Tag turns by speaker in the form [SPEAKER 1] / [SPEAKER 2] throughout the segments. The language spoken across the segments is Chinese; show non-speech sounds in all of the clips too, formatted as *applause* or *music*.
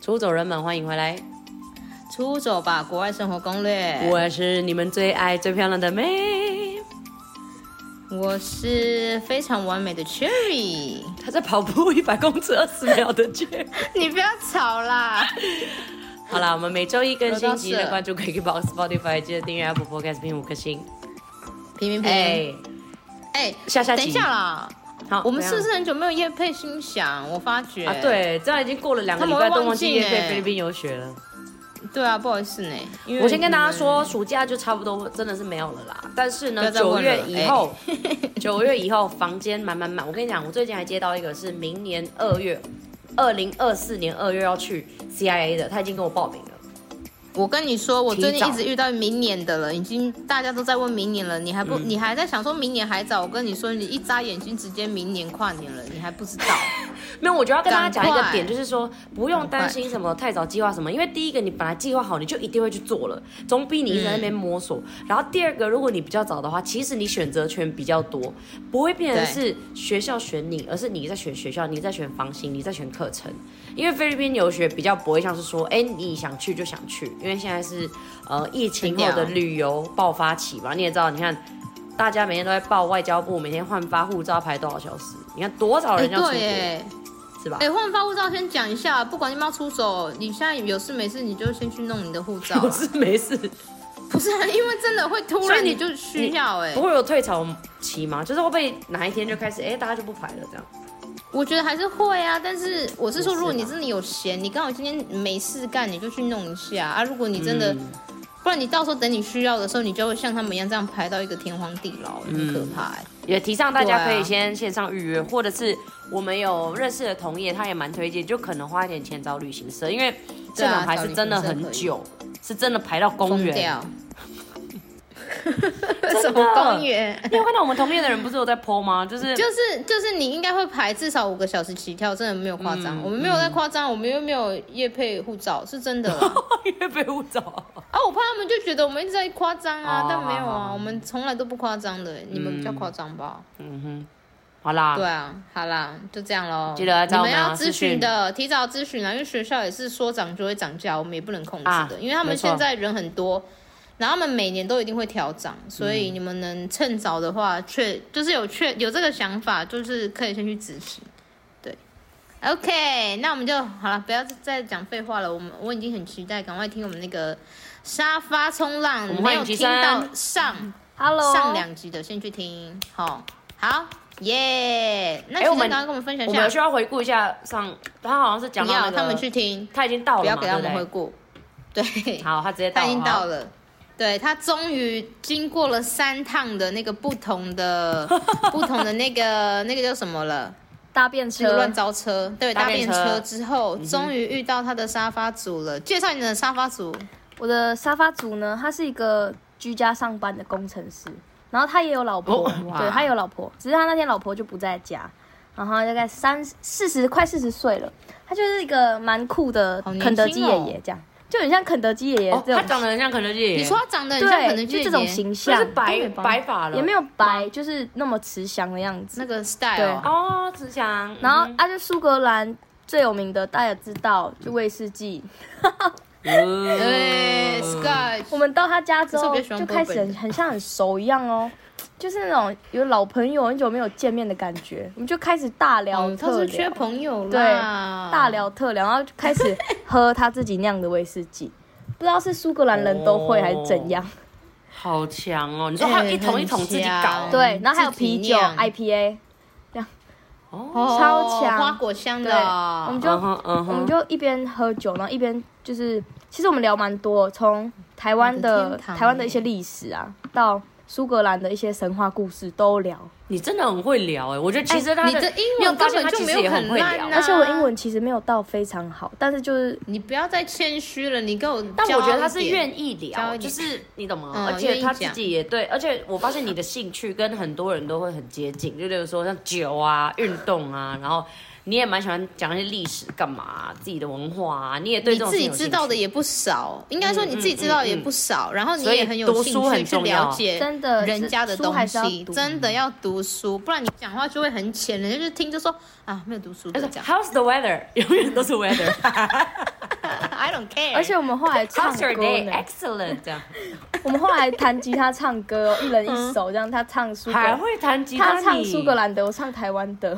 [SPEAKER 1] 出走人们，欢迎回来！
[SPEAKER 2] 出走吧，国外生活攻略。
[SPEAKER 1] 我是你们最爱最漂亮的妹，
[SPEAKER 2] 我是非常完美的 Cherry，
[SPEAKER 1] 她在跑步一百公尺二十秒的圈。
[SPEAKER 2] *laughs* 你不要吵啦！
[SPEAKER 1] 好啦，我们每周一更新，记
[SPEAKER 2] 有到
[SPEAKER 1] 得
[SPEAKER 2] 色
[SPEAKER 1] 关注 KKBOX、Spotify，记得订阅 Apple Podcast 并五颗星。
[SPEAKER 2] 平平平，
[SPEAKER 1] 哎
[SPEAKER 2] 哎、，
[SPEAKER 1] 下下集
[SPEAKER 2] 等一下啦，
[SPEAKER 1] 哎好，
[SPEAKER 2] 我们
[SPEAKER 1] 怎
[SPEAKER 2] 是
[SPEAKER 1] 样
[SPEAKER 2] 不是很久没有夜配心想？我发觉
[SPEAKER 1] 啊？，对，这样已经过了两个礼
[SPEAKER 2] 他
[SPEAKER 1] 拜，
[SPEAKER 2] 们会
[SPEAKER 1] 都忘
[SPEAKER 2] 忘记
[SPEAKER 1] 记夜配
[SPEAKER 2] 呢
[SPEAKER 1] 菲律宾游学了。
[SPEAKER 2] 对啊，不好意思呢，因为
[SPEAKER 1] 我先跟大家说，暑假就差不多真的是没有了啦。但是
[SPEAKER 2] 不
[SPEAKER 1] 呢，
[SPEAKER 2] 要再
[SPEAKER 1] 九
[SPEAKER 2] 问了哎
[SPEAKER 1] 月以
[SPEAKER 2] *laughs*
[SPEAKER 1] 后，九、月以后房间满满满。我跟你讲，我最近还接到一个是明年二月，二零二四年二月要去 CIA 的，他已经跟我报名了。
[SPEAKER 2] 我跟你说，我最
[SPEAKER 1] 提
[SPEAKER 2] 近
[SPEAKER 1] 早
[SPEAKER 2] 一直遇到明年的了，已经大家都在问明年了，你还
[SPEAKER 1] 嗯
[SPEAKER 2] 不，你还在想说明年还早？我跟你说，你一眨眼睛直接明年跨年了，你还不知道？
[SPEAKER 1] 没有，我就要跟大家讲一个
[SPEAKER 2] 赶快
[SPEAKER 1] 点，就是说不用担心什么太早计划什么，因为第一个你本来计划好，你就一定会去做了，总比你一直在那边摸索。然后第二个，如果你比较早的话，其实你选择权比较多，不会变成是学校选你，而是你在选学校，你在选房型，你在选课程。因为菲律宾留学比较不会像是说，哎，你想去就想去，因为现在是呃疫情后的
[SPEAKER 2] 很屌
[SPEAKER 1] 旅游爆发期嘛，你也知道，你看。大家每天都在报外交部，每天换发护照排多少小时？你看多少
[SPEAKER 2] 哎、
[SPEAKER 1] 人要出国，
[SPEAKER 2] 对耶，
[SPEAKER 1] 是吧？
[SPEAKER 2] 哎、换发护照先讲一下，不管你要不要出手，你现在有事没事你就先去弄你的护照
[SPEAKER 1] 有
[SPEAKER 2] 啦。
[SPEAKER 1] 事没事，
[SPEAKER 2] 不是，啊因为真的会突
[SPEAKER 1] 所以
[SPEAKER 2] 然
[SPEAKER 1] 你
[SPEAKER 2] 你就需
[SPEAKER 1] 你
[SPEAKER 2] 要哎、
[SPEAKER 1] 不会有退潮期吗？就是会不会哪一天就开始，哎、大家就不排了这样？
[SPEAKER 2] 我觉得还是会啊，但是我是
[SPEAKER 1] 也是啊
[SPEAKER 2] 说，
[SPEAKER 1] 啦
[SPEAKER 2] 如果你真的有闲，你刚好今天没事干，你就去弄一下啊。如果你
[SPEAKER 1] 嗯
[SPEAKER 2] 真的，不然你到时候等你需要的时候，你就会像他们一样这样排到一个天荒地老，很
[SPEAKER 1] 嗯
[SPEAKER 2] 可怕、欸。
[SPEAKER 1] 也提倡大家可
[SPEAKER 2] 对
[SPEAKER 1] 以
[SPEAKER 2] 啊
[SPEAKER 1] 先线上预约，或者是我们有认识的同业，他也蛮推荐，就可能花一点钱找旅行社，因为这
[SPEAKER 2] 啊
[SPEAKER 1] 种排是真的很久，是真的排到公
[SPEAKER 2] 疯
[SPEAKER 1] 园。 *laughs*
[SPEAKER 2] 掉， *laughs*
[SPEAKER 1] 的
[SPEAKER 2] 什么公园？
[SPEAKER 1] 因为看到我们同业的人不是有在 PO 吗？ *laughs* 就是
[SPEAKER 2] 就是就是你应该会排至少五个小时起跳，真的没有夸张、
[SPEAKER 1] 嗯
[SPEAKER 2] 我们没有在夸张，我们又没有夜配护照，是真的
[SPEAKER 1] 嗯
[SPEAKER 2] 啦。
[SPEAKER 1] 因为被误导。
[SPEAKER 2] 啊，我怕他们就觉得我们一直在夸张啊
[SPEAKER 1] 哦，
[SPEAKER 2] 但没有
[SPEAKER 1] 好好
[SPEAKER 2] 啊，我们从来都不夸张的、你们比较夸张吧？
[SPEAKER 1] 嗯哼，好啦，
[SPEAKER 2] 对啊，好啦，就这样喽。
[SPEAKER 1] 记得
[SPEAKER 2] 你
[SPEAKER 1] 找我
[SPEAKER 2] 们
[SPEAKER 1] 们
[SPEAKER 2] 要
[SPEAKER 1] 啊
[SPEAKER 2] 咨
[SPEAKER 1] 咨询
[SPEAKER 2] 询的，提早咨询啊，因为学校也是说涨就会涨价，我们也不能控制的，
[SPEAKER 1] 啊
[SPEAKER 2] 因为他
[SPEAKER 1] 没
[SPEAKER 2] 们
[SPEAKER 1] 错
[SPEAKER 2] 现在人很多，然后他们每年都一定会调涨，所以你们能趁早的话，确就是有确有这个想法，就是可以先去执行。对，OK，那我们就好了，不要再讲废话了。我们我已经很期待，赶快听我们那个沙发冲浪
[SPEAKER 1] 我，们
[SPEAKER 2] 没
[SPEAKER 1] 欢迎
[SPEAKER 2] 有
[SPEAKER 1] 吉
[SPEAKER 2] 听
[SPEAKER 1] 珊
[SPEAKER 2] 到上。
[SPEAKER 1] ，Hello，
[SPEAKER 2] 上两集的先去听，好，好，耶、那
[SPEAKER 1] 哎
[SPEAKER 2] 其实
[SPEAKER 1] 我
[SPEAKER 2] 刚
[SPEAKER 1] 们
[SPEAKER 2] 刚跟我们分享
[SPEAKER 1] 我
[SPEAKER 2] 一
[SPEAKER 1] 们有
[SPEAKER 2] 下，
[SPEAKER 1] 需要回顾一下上，他好像是讲
[SPEAKER 2] 不
[SPEAKER 1] 到那
[SPEAKER 2] 要
[SPEAKER 1] 个，
[SPEAKER 2] 他们去听，
[SPEAKER 1] 他已经到
[SPEAKER 2] 不
[SPEAKER 1] 了
[SPEAKER 2] 要
[SPEAKER 1] 嘛，
[SPEAKER 2] 给他
[SPEAKER 1] 对
[SPEAKER 2] 们
[SPEAKER 1] 不
[SPEAKER 2] 回
[SPEAKER 1] 对
[SPEAKER 2] 顾，对，
[SPEAKER 1] 好，他直接到
[SPEAKER 2] 他
[SPEAKER 1] 了，
[SPEAKER 2] 已经
[SPEAKER 1] 好
[SPEAKER 2] 到了。对他终于经过了三趟的那个不同
[SPEAKER 1] *laughs*
[SPEAKER 2] 的、不同的那个那个叫什么了？
[SPEAKER 3] 搭便
[SPEAKER 2] 那个
[SPEAKER 3] 车
[SPEAKER 2] 乱，招车，对，
[SPEAKER 1] 搭
[SPEAKER 2] 搭
[SPEAKER 1] 便
[SPEAKER 2] 便
[SPEAKER 1] 车嗯
[SPEAKER 2] 车之后，终于遇到他的沙发组了。介绍你的沙发组，
[SPEAKER 3] 我的沙发主呢，他是一个居家上班的工程师，然后他也有老婆，
[SPEAKER 1] 哦哇
[SPEAKER 3] 对他有老婆，只是他那天老婆就不在家，然后大概三四十快四十岁了，他就是一个蛮酷的
[SPEAKER 2] 好年轻哦
[SPEAKER 3] 肯德基爷爷这样，就很像肯德基爷爷
[SPEAKER 1] 哦，
[SPEAKER 3] 这种，
[SPEAKER 1] 他长得很像肯德基爷爷，
[SPEAKER 2] 你说他长得很像可
[SPEAKER 3] 对，
[SPEAKER 2] 能
[SPEAKER 3] 就这种形
[SPEAKER 1] 他
[SPEAKER 3] 象
[SPEAKER 1] 是，白
[SPEAKER 2] 东北方
[SPEAKER 1] 白发了，
[SPEAKER 3] 也没有白，就是那么慈祥的样子。
[SPEAKER 2] 那个 style 哦。
[SPEAKER 1] 哦，慈祥，
[SPEAKER 3] 然后
[SPEAKER 1] 嗯
[SPEAKER 2] 啊
[SPEAKER 3] 他就苏格兰最有名的，大家也知道，就威士忌，
[SPEAKER 1] 呃嗯
[SPEAKER 2] 对 s c o t
[SPEAKER 3] 我们到他家之
[SPEAKER 2] 可是我
[SPEAKER 3] 后
[SPEAKER 2] 比较喜欢
[SPEAKER 3] 就开始
[SPEAKER 2] Bourbon 的
[SPEAKER 3] 很很像很熟一样哦， *laughs* 就是那种有老朋友很久没有见面的感觉，我们就开始大聊
[SPEAKER 2] 哦，他
[SPEAKER 3] 特
[SPEAKER 2] 是缺
[SPEAKER 3] 聊，
[SPEAKER 2] 朋友
[SPEAKER 3] 对
[SPEAKER 2] 啦，
[SPEAKER 3] 大聊特聊，然后就开始喝他自己酿的威士忌，不知道是苏格兰人都会还是怎样。
[SPEAKER 1] 好强哦！你说还有一桶一桶自己搞，
[SPEAKER 2] 哦
[SPEAKER 3] 对，然后还有
[SPEAKER 2] 自己
[SPEAKER 3] 啤酒
[SPEAKER 2] 酿
[SPEAKER 3] IPA，
[SPEAKER 1] 哦，
[SPEAKER 2] 哦
[SPEAKER 3] 超强
[SPEAKER 2] 花果香
[SPEAKER 3] 对
[SPEAKER 2] 的哦，
[SPEAKER 3] 我们就
[SPEAKER 1] 嗯哼嗯
[SPEAKER 3] 我们
[SPEAKER 1] 哼，
[SPEAKER 3] 就一边喝酒，然后一边就是，其实我们聊蛮多，从台湾
[SPEAKER 2] 我的
[SPEAKER 3] 的
[SPEAKER 2] 天堂
[SPEAKER 3] 台湾的一些历史啊，到苏格兰的一些神话故事都聊。
[SPEAKER 1] 你真的很会聊哎，我觉得其实他
[SPEAKER 2] 你
[SPEAKER 1] 的
[SPEAKER 2] 的英
[SPEAKER 1] 你有
[SPEAKER 2] 文
[SPEAKER 1] 发
[SPEAKER 2] 根
[SPEAKER 1] 现
[SPEAKER 2] 本
[SPEAKER 1] 他
[SPEAKER 2] 就
[SPEAKER 1] 其
[SPEAKER 2] 没
[SPEAKER 1] 实也
[SPEAKER 2] 有
[SPEAKER 1] 很
[SPEAKER 2] 很
[SPEAKER 1] 会
[SPEAKER 2] 烂啊
[SPEAKER 1] 聊
[SPEAKER 2] 呐、
[SPEAKER 3] 而且我英文其实没有到非常好，但是就是
[SPEAKER 2] 你不要再谦虚了，你给我，
[SPEAKER 1] 但我觉得他是愿意
[SPEAKER 2] 骄傲
[SPEAKER 1] 聊，
[SPEAKER 2] 一
[SPEAKER 1] 就
[SPEAKER 2] 点
[SPEAKER 1] 是你懂吗？
[SPEAKER 2] 嗯
[SPEAKER 1] 而且他
[SPEAKER 2] 愿意
[SPEAKER 1] 自
[SPEAKER 2] 讲
[SPEAKER 1] 己也对，而且我发现你的兴趣跟很多人都会很接近，就例如说像酒啊、运动啊，然后你也蛮喜欢讲一些历史干嘛啊、自己的文化啊，你也对
[SPEAKER 2] 你
[SPEAKER 1] 这种
[SPEAKER 2] 自
[SPEAKER 1] 事情
[SPEAKER 2] 己
[SPEAKER 1] 有兴趣嗯
[SPEAKER 2] 知道的也不少，应该说你自己知道的也不少，然后你
[SPEAKER 1] 所以
[SPEAKER 2] 也很有
[SPEAKER 1] 读书
[SPEAKER 2] 兴
[SPEAKER 1] 很
[SPEAKER 2] 趣去
[SPEAKER 1] 重要
[SPEAKER 2] 了解
[SPEAKER 3] 真的
[SPEAKER 2] 人家的
[SPEAKER 3] 书
[SPEAKER 2] 东
[SPEAKER 3] 还是要
[SPEAKER 2] 西，
[SPEAKER 3] 读
[SPEAKER 2] 真的要读书，不然你讲话就会很浅，人家就听就说啊没有读书
[SPEAKER 1] 但
[SPEAKER 2] 的
[SPEAKER 1] 是 *laughs*
[SPEAKER 2] 这样。
[SPEAKER 1] How's the weather？永远都是 weather。
[SPEAKER 2] I don't care。
[SPEAKER 3] 而且我们后来
[SPEAKER 1] *laughs*
[SPEAKER 3] 唱
[SPEAKER 1] How's
[SPEAKER 3] 歌
[SPEAKER 1] your 哎 day? 哎
[SPEAKER 3] 呢，
[SPEAKER 1] Excellent，这样
[SPEAKER 3] 我们后来弹吉他唱歌哦，一人一首，这样他唱苏
[SPEAKER 1] *laughs*
[SPEAKER 3] 格
[SPEAKER 1] 还
[SPEAKER 3] 兰，
[SPEAKER 1] 会弹吉他
[SPEAKER 3] 他
[SPEAKER 1] 你，
[SPEAKER 3] 唱苏格兰的，我唱台湾的，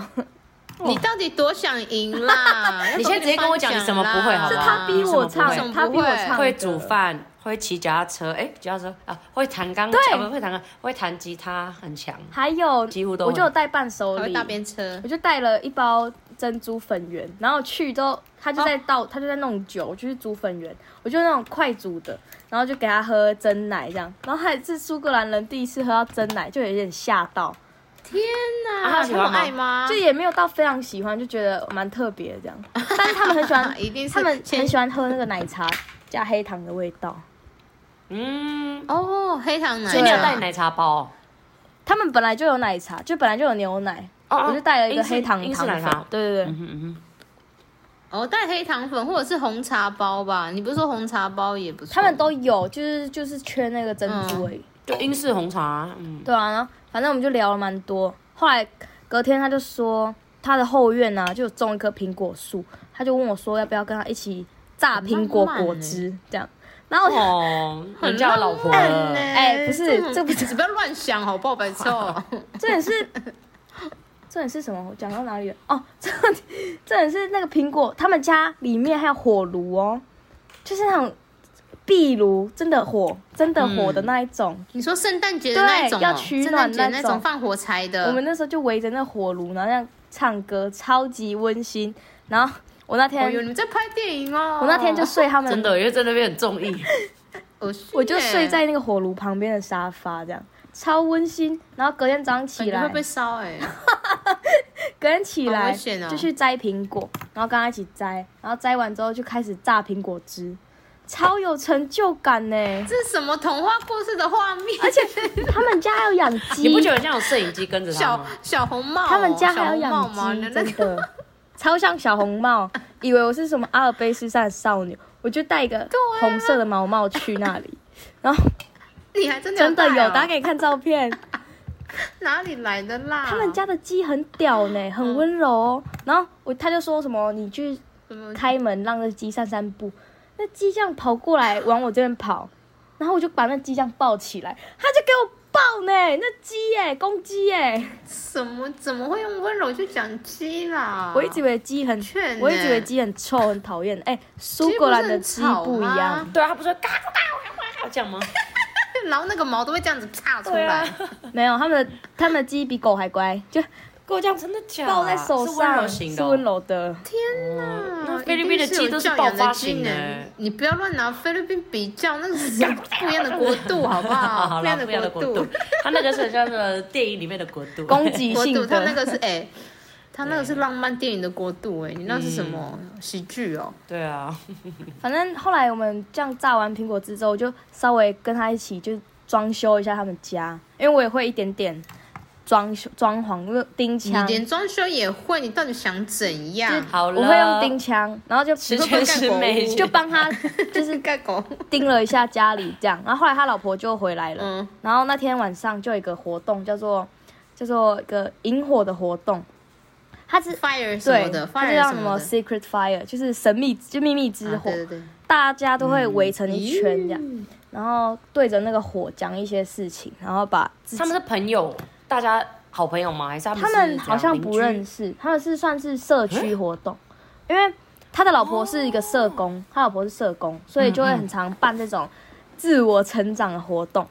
[SPEAKER 2] 你到底多想赢啦？
[SPEAKER 1] *laughs* 你先直接跟我讲你什么不会好不
[SPEAKER 3] 是
[SPEAKER 1] 好
[SPEAKER 3] 他逼我
[SPEAKER 1] 为什
[SPEAKER 3] 唱，
[SPEAKER 2] 么
[SPEAKER 3] 他逼我
[SPEAKER 2] 不
[SPEAKER 3] 唱，
[SPEAKER 1] 会煮。饭，会骑脚踏车，哎，脚踏车啊，会弹钢琴，
[SPEAKER 3] 对
[SPEAKER 1] 啊不是会弹钢，会弹吉他，很强。
[SPEAKER 3] 还有，
[SPEAKER 1] 几乎都
[SPEAKER 3] 我
[SPEAKER 1] 会
[SPEAKER 3] 就有带伴手
[SPEAKER 2] 还会
[SPEAKER 3] 礼，
[SPEAKER 2] 搭便车
[SPEAKER 3] 我，就带了一包珍珠粉圆，然后去之后，他就在
[SPEAKER 1] 哦
[SPEAKER 3] 倒，他就在弄酒，我就去煮粉圆，我就那种快煮的，然后就给他喝真奶这样，然后他也是苏格兰人第一次喝到真奶，就有点吓到，
[SPEAKER 2] 天
[SPEAKER 1] 啊
[SPEAKER 2] 哪，
[SPEAKER 1] 他
[SPEAKER 2] 这
[SPEAKER 1] 喜
[SPEAKER 2] 么
[SPEAKER 1] 欢吗
[SPEAKER 2] 爱吗？
[SPEAKER 3] 就也没有到非常喜欢，就觉得蛮特别
[SPEAKER 1] *laughs*
[SPEAKER 3] 这样，但是他们很喜欢，
[SPEAKER 2] 一定是
[SPEAKER 3] 他们
[SPEAKER 2] 先
[SPEAKER 3] 很喜欢喝那个奶茶加黑糖的味道，
[SPEAKER 1] 嗯，
[SPEAKER 2] 哦，黑糖奶，
[SPEAKER 1] 所以你
[SPEAKER 3] 对
[SPEAKER 1] 有
[SPEAKER 3] 啊
[SPEAKER 1] 带奶茶包哦
[SPEAKER 3] 他们本来就有奶茶，就本来就有牛奶，
[SPEAKER 1] 哦，
[SPEAKER 3] 我就带了一个
[SPEAKER 1] 英式
[SPEAKER 3] 黑糖
[SPEAKER 1] 英式
[SPEAKER 3] 糖
[SPEAKER 1] 奶
[SPEAKER 3] 粉
[SPEAKER 1] 茶，。
[SPEAKER 3] 对对对
[SPEAKER 1] 嗯，哼嗯哼，
[SPEAKER 2] 哦，带黑糖粉或者是红茶包吧？你不是说红茶包也不错？
[SPEAKER 3] 他们都有，就是就是缺那个珍珠而已。
[SPEAKER 1] 就英式红茶啊，嗯，
[SPEAKER 3] 对啊，然后反正我们就聊了蛮多。后来隔天他就说，他的后院呢、啊、就有种一棵苹果树，他就问我说要不要跟他一起榨苹果果
[SPEAKER 1] 欸
[SPEAKER 3] 汁这样。然后我就
[SPEAKER 1] 哦，人家有老婆
[SPEAKER 2] 很浪
[SPEAKER 1] 了
[SPEAKER 2] 漫呢，
[SPEAKER 3] 哎不是
[SPEAKER 2] 种
[SPEAKER 3] 这不是
[SPEAKER 2] 你不要乱想好不好？白痴哦，
[SPEAKER 3] 重点是，重点是什么？我讲到哪里了？哦， *laughs* 重重点是那个苹果，他们家里面还有火炉哦，就是那种壁炉，真的火，真的火的那一种。
[SPEAKER 2] *laughs* 你说圣诞节的那一种哦，
[SPEAKER 3] 对要取
[SPEAKER 2] 圣
[SPEAKER 3] 暖
[SPEAKER 2] 诞
[SPEAKER 3] 那种
[SPEAKER 2] 节那种放火柴的，
[SPEAKER 3] 我们那时候就围着那火炉，然后这样唱歌，超级温馨。然后我那天
[SPEAKER 2] 哦哟，你们在拍电影哦。
[SPEAKER 3] 我那天就睡他们
[SPEAKER 1] 真的，因为在那边很中意。
[SPEAKER 2] 恶心耶，
[SPEAKER 3] 我就睡在那个火炉旁边的沙发，这样超温馨。然后隔天早上
[SPEAKER 2] 感
[SPEAKER 3] 起
[SPEAKER 2] 觉
[SPEAKER 3] 来
[SPEAKER 2] 会，被烧哎， *laughs*
[SPEAKER 3] 隔天起
[SPEAKER 2] 好
[SPEAKER 3] 来
[SPEAKER 2] 危险哦
[SPEAKER 3] 就去摘苹果，然后跟他一起摘，然后摘完之后就开始榨苹果汁，超有成就感呢。
[SPEAKER 2] 这是什么童话故事的画面？
[SPEAKER 3] 而且他们家还有养鸡，
[SPEAKER 1] 你不觉得像有摄影机跟着他
[SPEAKER 2] *laughs* 小
[SPEAKER 1] 吗？
[SPEAKER 2] 小红帽哦，
[SPEAKER 3] 他们家还有
[SPEAKER 2] 小
[SPEAKER 3] 养
[SPEAKER 2] 红帽吗？
[SPEAKER 3] 鸡，
[SPEAKER 2] 那那
[SPEAKER 3] 真
[SPEAKER 2] 个
[SPEAKER 3] 的超像小红帽，以为我是什么阿尔卑斯山的少女，我就戴一个红色的毛帽去那里，然后
[SPEAKER 2] 你还真的
[SPEAKER 3] 真的有，
[SPEAKER 2] 带哦
[SPEAKER 3] 打给你看照片。
[SPEAKER 2] 哪里来的啦？
[SPEAKER 3] 他们家的鸡很屌呢，很温柔哦。然后我他就说什么，你去
[SPEAKER 2] 什么
[SPEAKER 3] 开门让那鸡散散步，那鸡这样跑过来往我这边跑，然后我就把那鸡这样抱起来，他就给我抱呢，那鸡耶，公鸡耶，
[SPEAKER 2] 什么怎么会用温柔去讲鸡啦？
[SPEAKER 3] 我一直以为鸡很
[SPEAKER 2] 劝呢
[SPEAKER 3] 我一直以为鸡很臭很讨厌，哎，苏格兰的鸡不一
[SPEAKER 2] 鸡不是很吵
[SPEAKER 3] 样
[SPEAKER 2] 吗，
[SPEAKER 1] 对啊，他不是会嘎嘎嘎嘎这样吗？
[SPEAKER 2] *laughs* 然后那个毛都会这样子岔出来，
[SPEAKER 1] 啊
[SPEAKER 3] 没有他们的他们的鸡比狗还乖，就
[SPEAKER 1] 给我这样真的假的？啊
[SPEAKER 3] 抱在手
[SPEAKER 1] 是温
[SPEAKER 3] 上
[SPEAKER 1] 柔型的
[SPEAKER 3] 是
[SPEAKER 1] 哦，
[SPEAKER 3] 温柔的，
[SPEAKER 2] 嗯
[SPEAKER 1] 那菲律宾的鸡都是
[SPEAKER 2] 一定有教
[SPEAKER 1] 爆
[SPEAKER 2] 养的
[SPEAKER 1] 发
[SPEAKER 2] 鸡
[SPEAKER 1] 型
[SPEAKER 2] 呢
[SPEAKER 1] 的。
[SPEAKER 2] 你不要乱拿菲律宾比较，那个是不一样的国度，好不
[SPEAKER 1] *laughs*
[SPEAKER 2] 好？
[SPEAKER 1] 好啦，不一样的
[SPEAKER 2] 国
[SPEAKER 1] 国度， *laughs* 他那个是很像是电影里面的国度，
[SPEAKER 3] 攻击
[SPEAKER 2] 国
[SPEAKER 3] 性
[SPEAKER 2] 度，
[SPEAKER 3] 的。
[SPEAKER 2] 他那个是哎，他那个是浪漫电影的国度，哎，你那是什么
[SPEAKER 1] 嗯
[SPEAKER 2] 喜剧哦？
[SPEAKER 1] *laughs* 对啊，
[SPEAKER 3] 反正后来我们这样榨完苹果汁之后，我就稍微跟他一起就装修一下他们家，因为我也会一点点装修装潢，就是钉
[SPEAKER 2] 你
[SPEAKER 3] 枪，
[SPEAKER 2] 连装修也会，你到底想怎
[SPEAKER 3] 就是
[SPEAKER 2] 样？
[SPEAKER 1] 好了，
[SPEAKER 3] 我会用钉枪，然后就
[SPEAKER 1] 十
[SPEAKER 2] 会不会
[SPEAKER 1] 全
[SPEAKER 2] 干
[SPEAKER 1] 十
[SPEAKER 2] 狗
[SPEAKER 1] 美
[SPEAKER 2] 屋
[SPEAKER 3] 就帮他
[SPEAKER 2] *laughs*
[SPEAKER 3] 就是
[SPEAKER 2] 盖狗，
[SPEAKER 3] 钉了一下家里这样。然后后来他老婆就回来了，
[SPEAKER 2] 嗯，
[SPEAKER 3] 然后那天晚上就有一个活动叫做叫做一个萤火的活动，他是。
[SPEAKER 2] fire 什么
[SPEAKER 3] 对，
[SPEAKER 2] 的
[SPEAKER 3] 它就
[SPEAKER 2] ，fire
[SPEAKER 3] 叫
[SPEAKER 2] 什
[SPEAKER 3] 什么
[SPEAKER 2] 么的，
[SPEAKER 3] secret fire，就是神秘就秘密之
[SPEAKER 2] 啊
[SPEAKER 3] 火。
[SPEAKER 2] 对对对，
[SPEAKER 3] 大家都会围成一圈这样，
[SPEAKER 1] 嗯
[SPEAKER 3] 然后对着那个火讲一些事情，然后把自己
[SPEAKER 1] 他们是朋友，大家好朋友吗？还是他们
[SPEAKER 3] 他
[SPEAKER 1] 是
[SPEAKER 3] 们好像不认
[SPEAKER 1] 识？
[SPEAKER 3] 识，他们是算是社区
[SPEAKER 1] 嗯
[SPEAKER 3] 活动，因为他的老婆是一个社工，他老婆是社工，所以就会很常办这种自我成长的活动。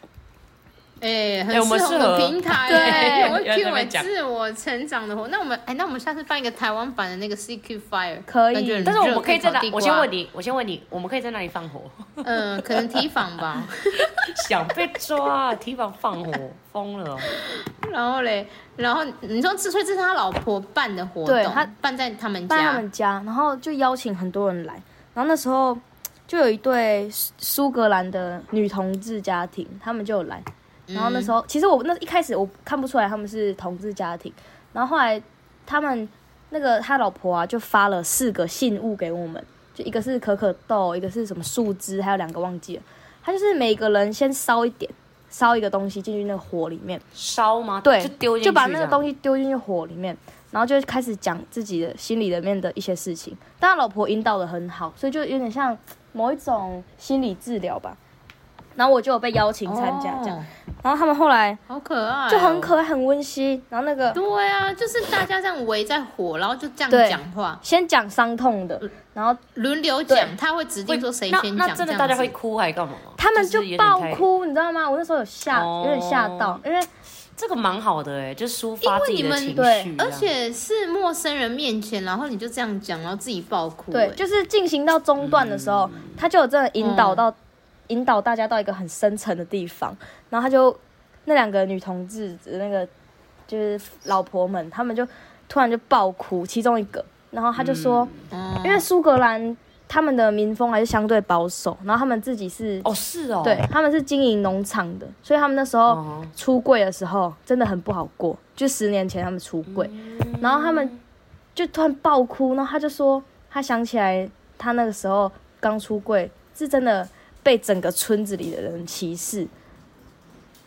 [SPEAKER 2] 哎，很
[SPEAKER 1] 哎我们
[SPEAKER 2] 适
[SPEAKER 1] 适
[SPEAKER 2] 合
[SPEAKER 1] 合
[SPEAKER 2] 的平
[SPEAKER 1] *laughs*
[SPEAKER 2] 台，
[SPEAKER 3] 对
[SPEAKER 2] 哎我
[SPEAKER 1] 原来
[SPEAKER 2] 会 Q
[SPEAKER 1] 在那
[SPEAKER 2] 我
[SPEAKER 1] 边讲
[SPEAKER 2] 自我成长的活。那我们哎，那我们下次办一个台湾版的那个 CQ Fire，
[SPEAKER 3] 可以
[SPEAKER 2] 感觉很
[SPEAKER 1] 但是我们可以在哪
[SPEAKER 2] 热？
[SPEAKER 1] 我先问
[SPEAKER 2] 地
[SPEAKER 1] 你，我先问你，我们可以在哪里放火？
[SPEAKER 2] 瓜，嗯，可能提防吧。
[SPEAKER 1] 想被抓，提防放火，疯了哦！
[SPEAKER 2] 然后嘞，然后你说这所以这是他老婆办的活
[SPEAKER 3] 对
[SPEAKER 2] 动，
[SPEAKER 3] 他
[SPEAKER 2] 办在他们
[SPEAKER 3] 搬
[SPEAKER 2] 家，
[SPEAKER 3] 他们家，然后就邀请很多人来。然后那时候就有一对苏苏格兰的女同志家庭，他们就有来。然后那
[SPEAKER 2] 嗯
[SPEAKER 3] 时候、其实我那一开始我看不出来他们是同志家庭，然后后来他们那个他老婆啊就发了四个信物给我们，就一个是可可豆，一个是什么树枝，还有两个忘记了。他就是每个人先烧一点，烧一个东西进去那个火里面，
[SPEAKER 1] 烧吗？
[SPEAKER 3] 对
[SPEAKER 1] 就丢，进去，
[SPEAKER 3] 就把那个东
[SPEAKER 1] 西。
[SPEAKER 3] 西丢进去火里面，然后就开始讲自己的心里里面的一些事情。但他老婆引导的很好，所以就有点像某一种心理治疗吧。然后我就有被邀请参加这样。
[SPEAKER 2] 哦
[SPEAKER 3] 然后他们后来
[SPEAKER 2] 好可爱哦，
[SPEAKER 3] 就
[SPEAKER 1] 哎
[SPEAKER 3] 很可爱、很温馨。然后那个
[SPEAKER 2] 对啊，就是大家这样围在火，然后就这样
[SPEAKER 3] 对
[SPEAKER 2] 讲话，
[SPEAKER 3] 先讲伤痛的，
[SPEAKER 1] 嗯
[SPEAKER 3] 然后
[SPEAKER 2] 轮流
[SPEAKER 3] 对
[SPEAKER 2] 讲，他会指定说谁
[SPEAKER 1] 那
[SPEAKER 2] 先
[SPEAKER 1] 那
[SPEAKER 2] 讲，
[SPEAKER 1] 真的
[SPEAKER 2] 这样
[SPEAKER 1] 大家
[SPEAKER 2] 子
[SPEAKER 1] 会哭还干嘛？
[SPEAKER 3] 他们
[SPEAKER 1] 就
[SPEAKER 3] 就是
[SPEAKER 1] 有点
[SPEAKER 3] 爆
[SPEAKER 1] 太，
[SPEAKER 3] 哭，你知道吗？我那时候有吓，
[SPEAKER 1] 哦
[SPEAKER 3] 有点吓到，因为
[SPEAKER 1] 这个蛮好的哎、就抒发自己的
[SPEAKER 2] 因为
[SPEAKER 1] 情
[SPEAKER 2] 你
[SPEAKER 1] 绪
[SPEAKER 2] 们
[SPEAKER 1] 这样，
[SPEAKER 3] 对
[SPEAKER 2] 而且是陌生人面前，然后你就这样讲，然后自己爆哭、
[SPEAKER 3] 对
[SPEAKER 1] 欸
[SPEAKER 2] 哎，
[SPEAKER 3] 就是进行到中段的时候，他就有真的引导
[SPEAKER 1] 嗯
[SPEAKER 3] 到、引导大家到一个很深层的地方，然后他就那两个女同志的那个就是老婆们，他们就突然就爆哭，其中一个，然后他就说，
[SPEAKER 2] 嗯
[SPEAKER 3] 因为苏格兰他们的民风还是相对保守，然后他们自己是。
[SPEAKER 1] 哦是哦，
[SPEAKER 3] 对，他们是经营农场的，所以他们那时候
[SPEAKER 1] 哦
[SPEAKER 3] 出柜的时候真的很不好过。就十年前他们出柜，然后他们就突然爆哭，然后他就说他想起来他那个时候刚出柜是真的被整个村子里的人歧视，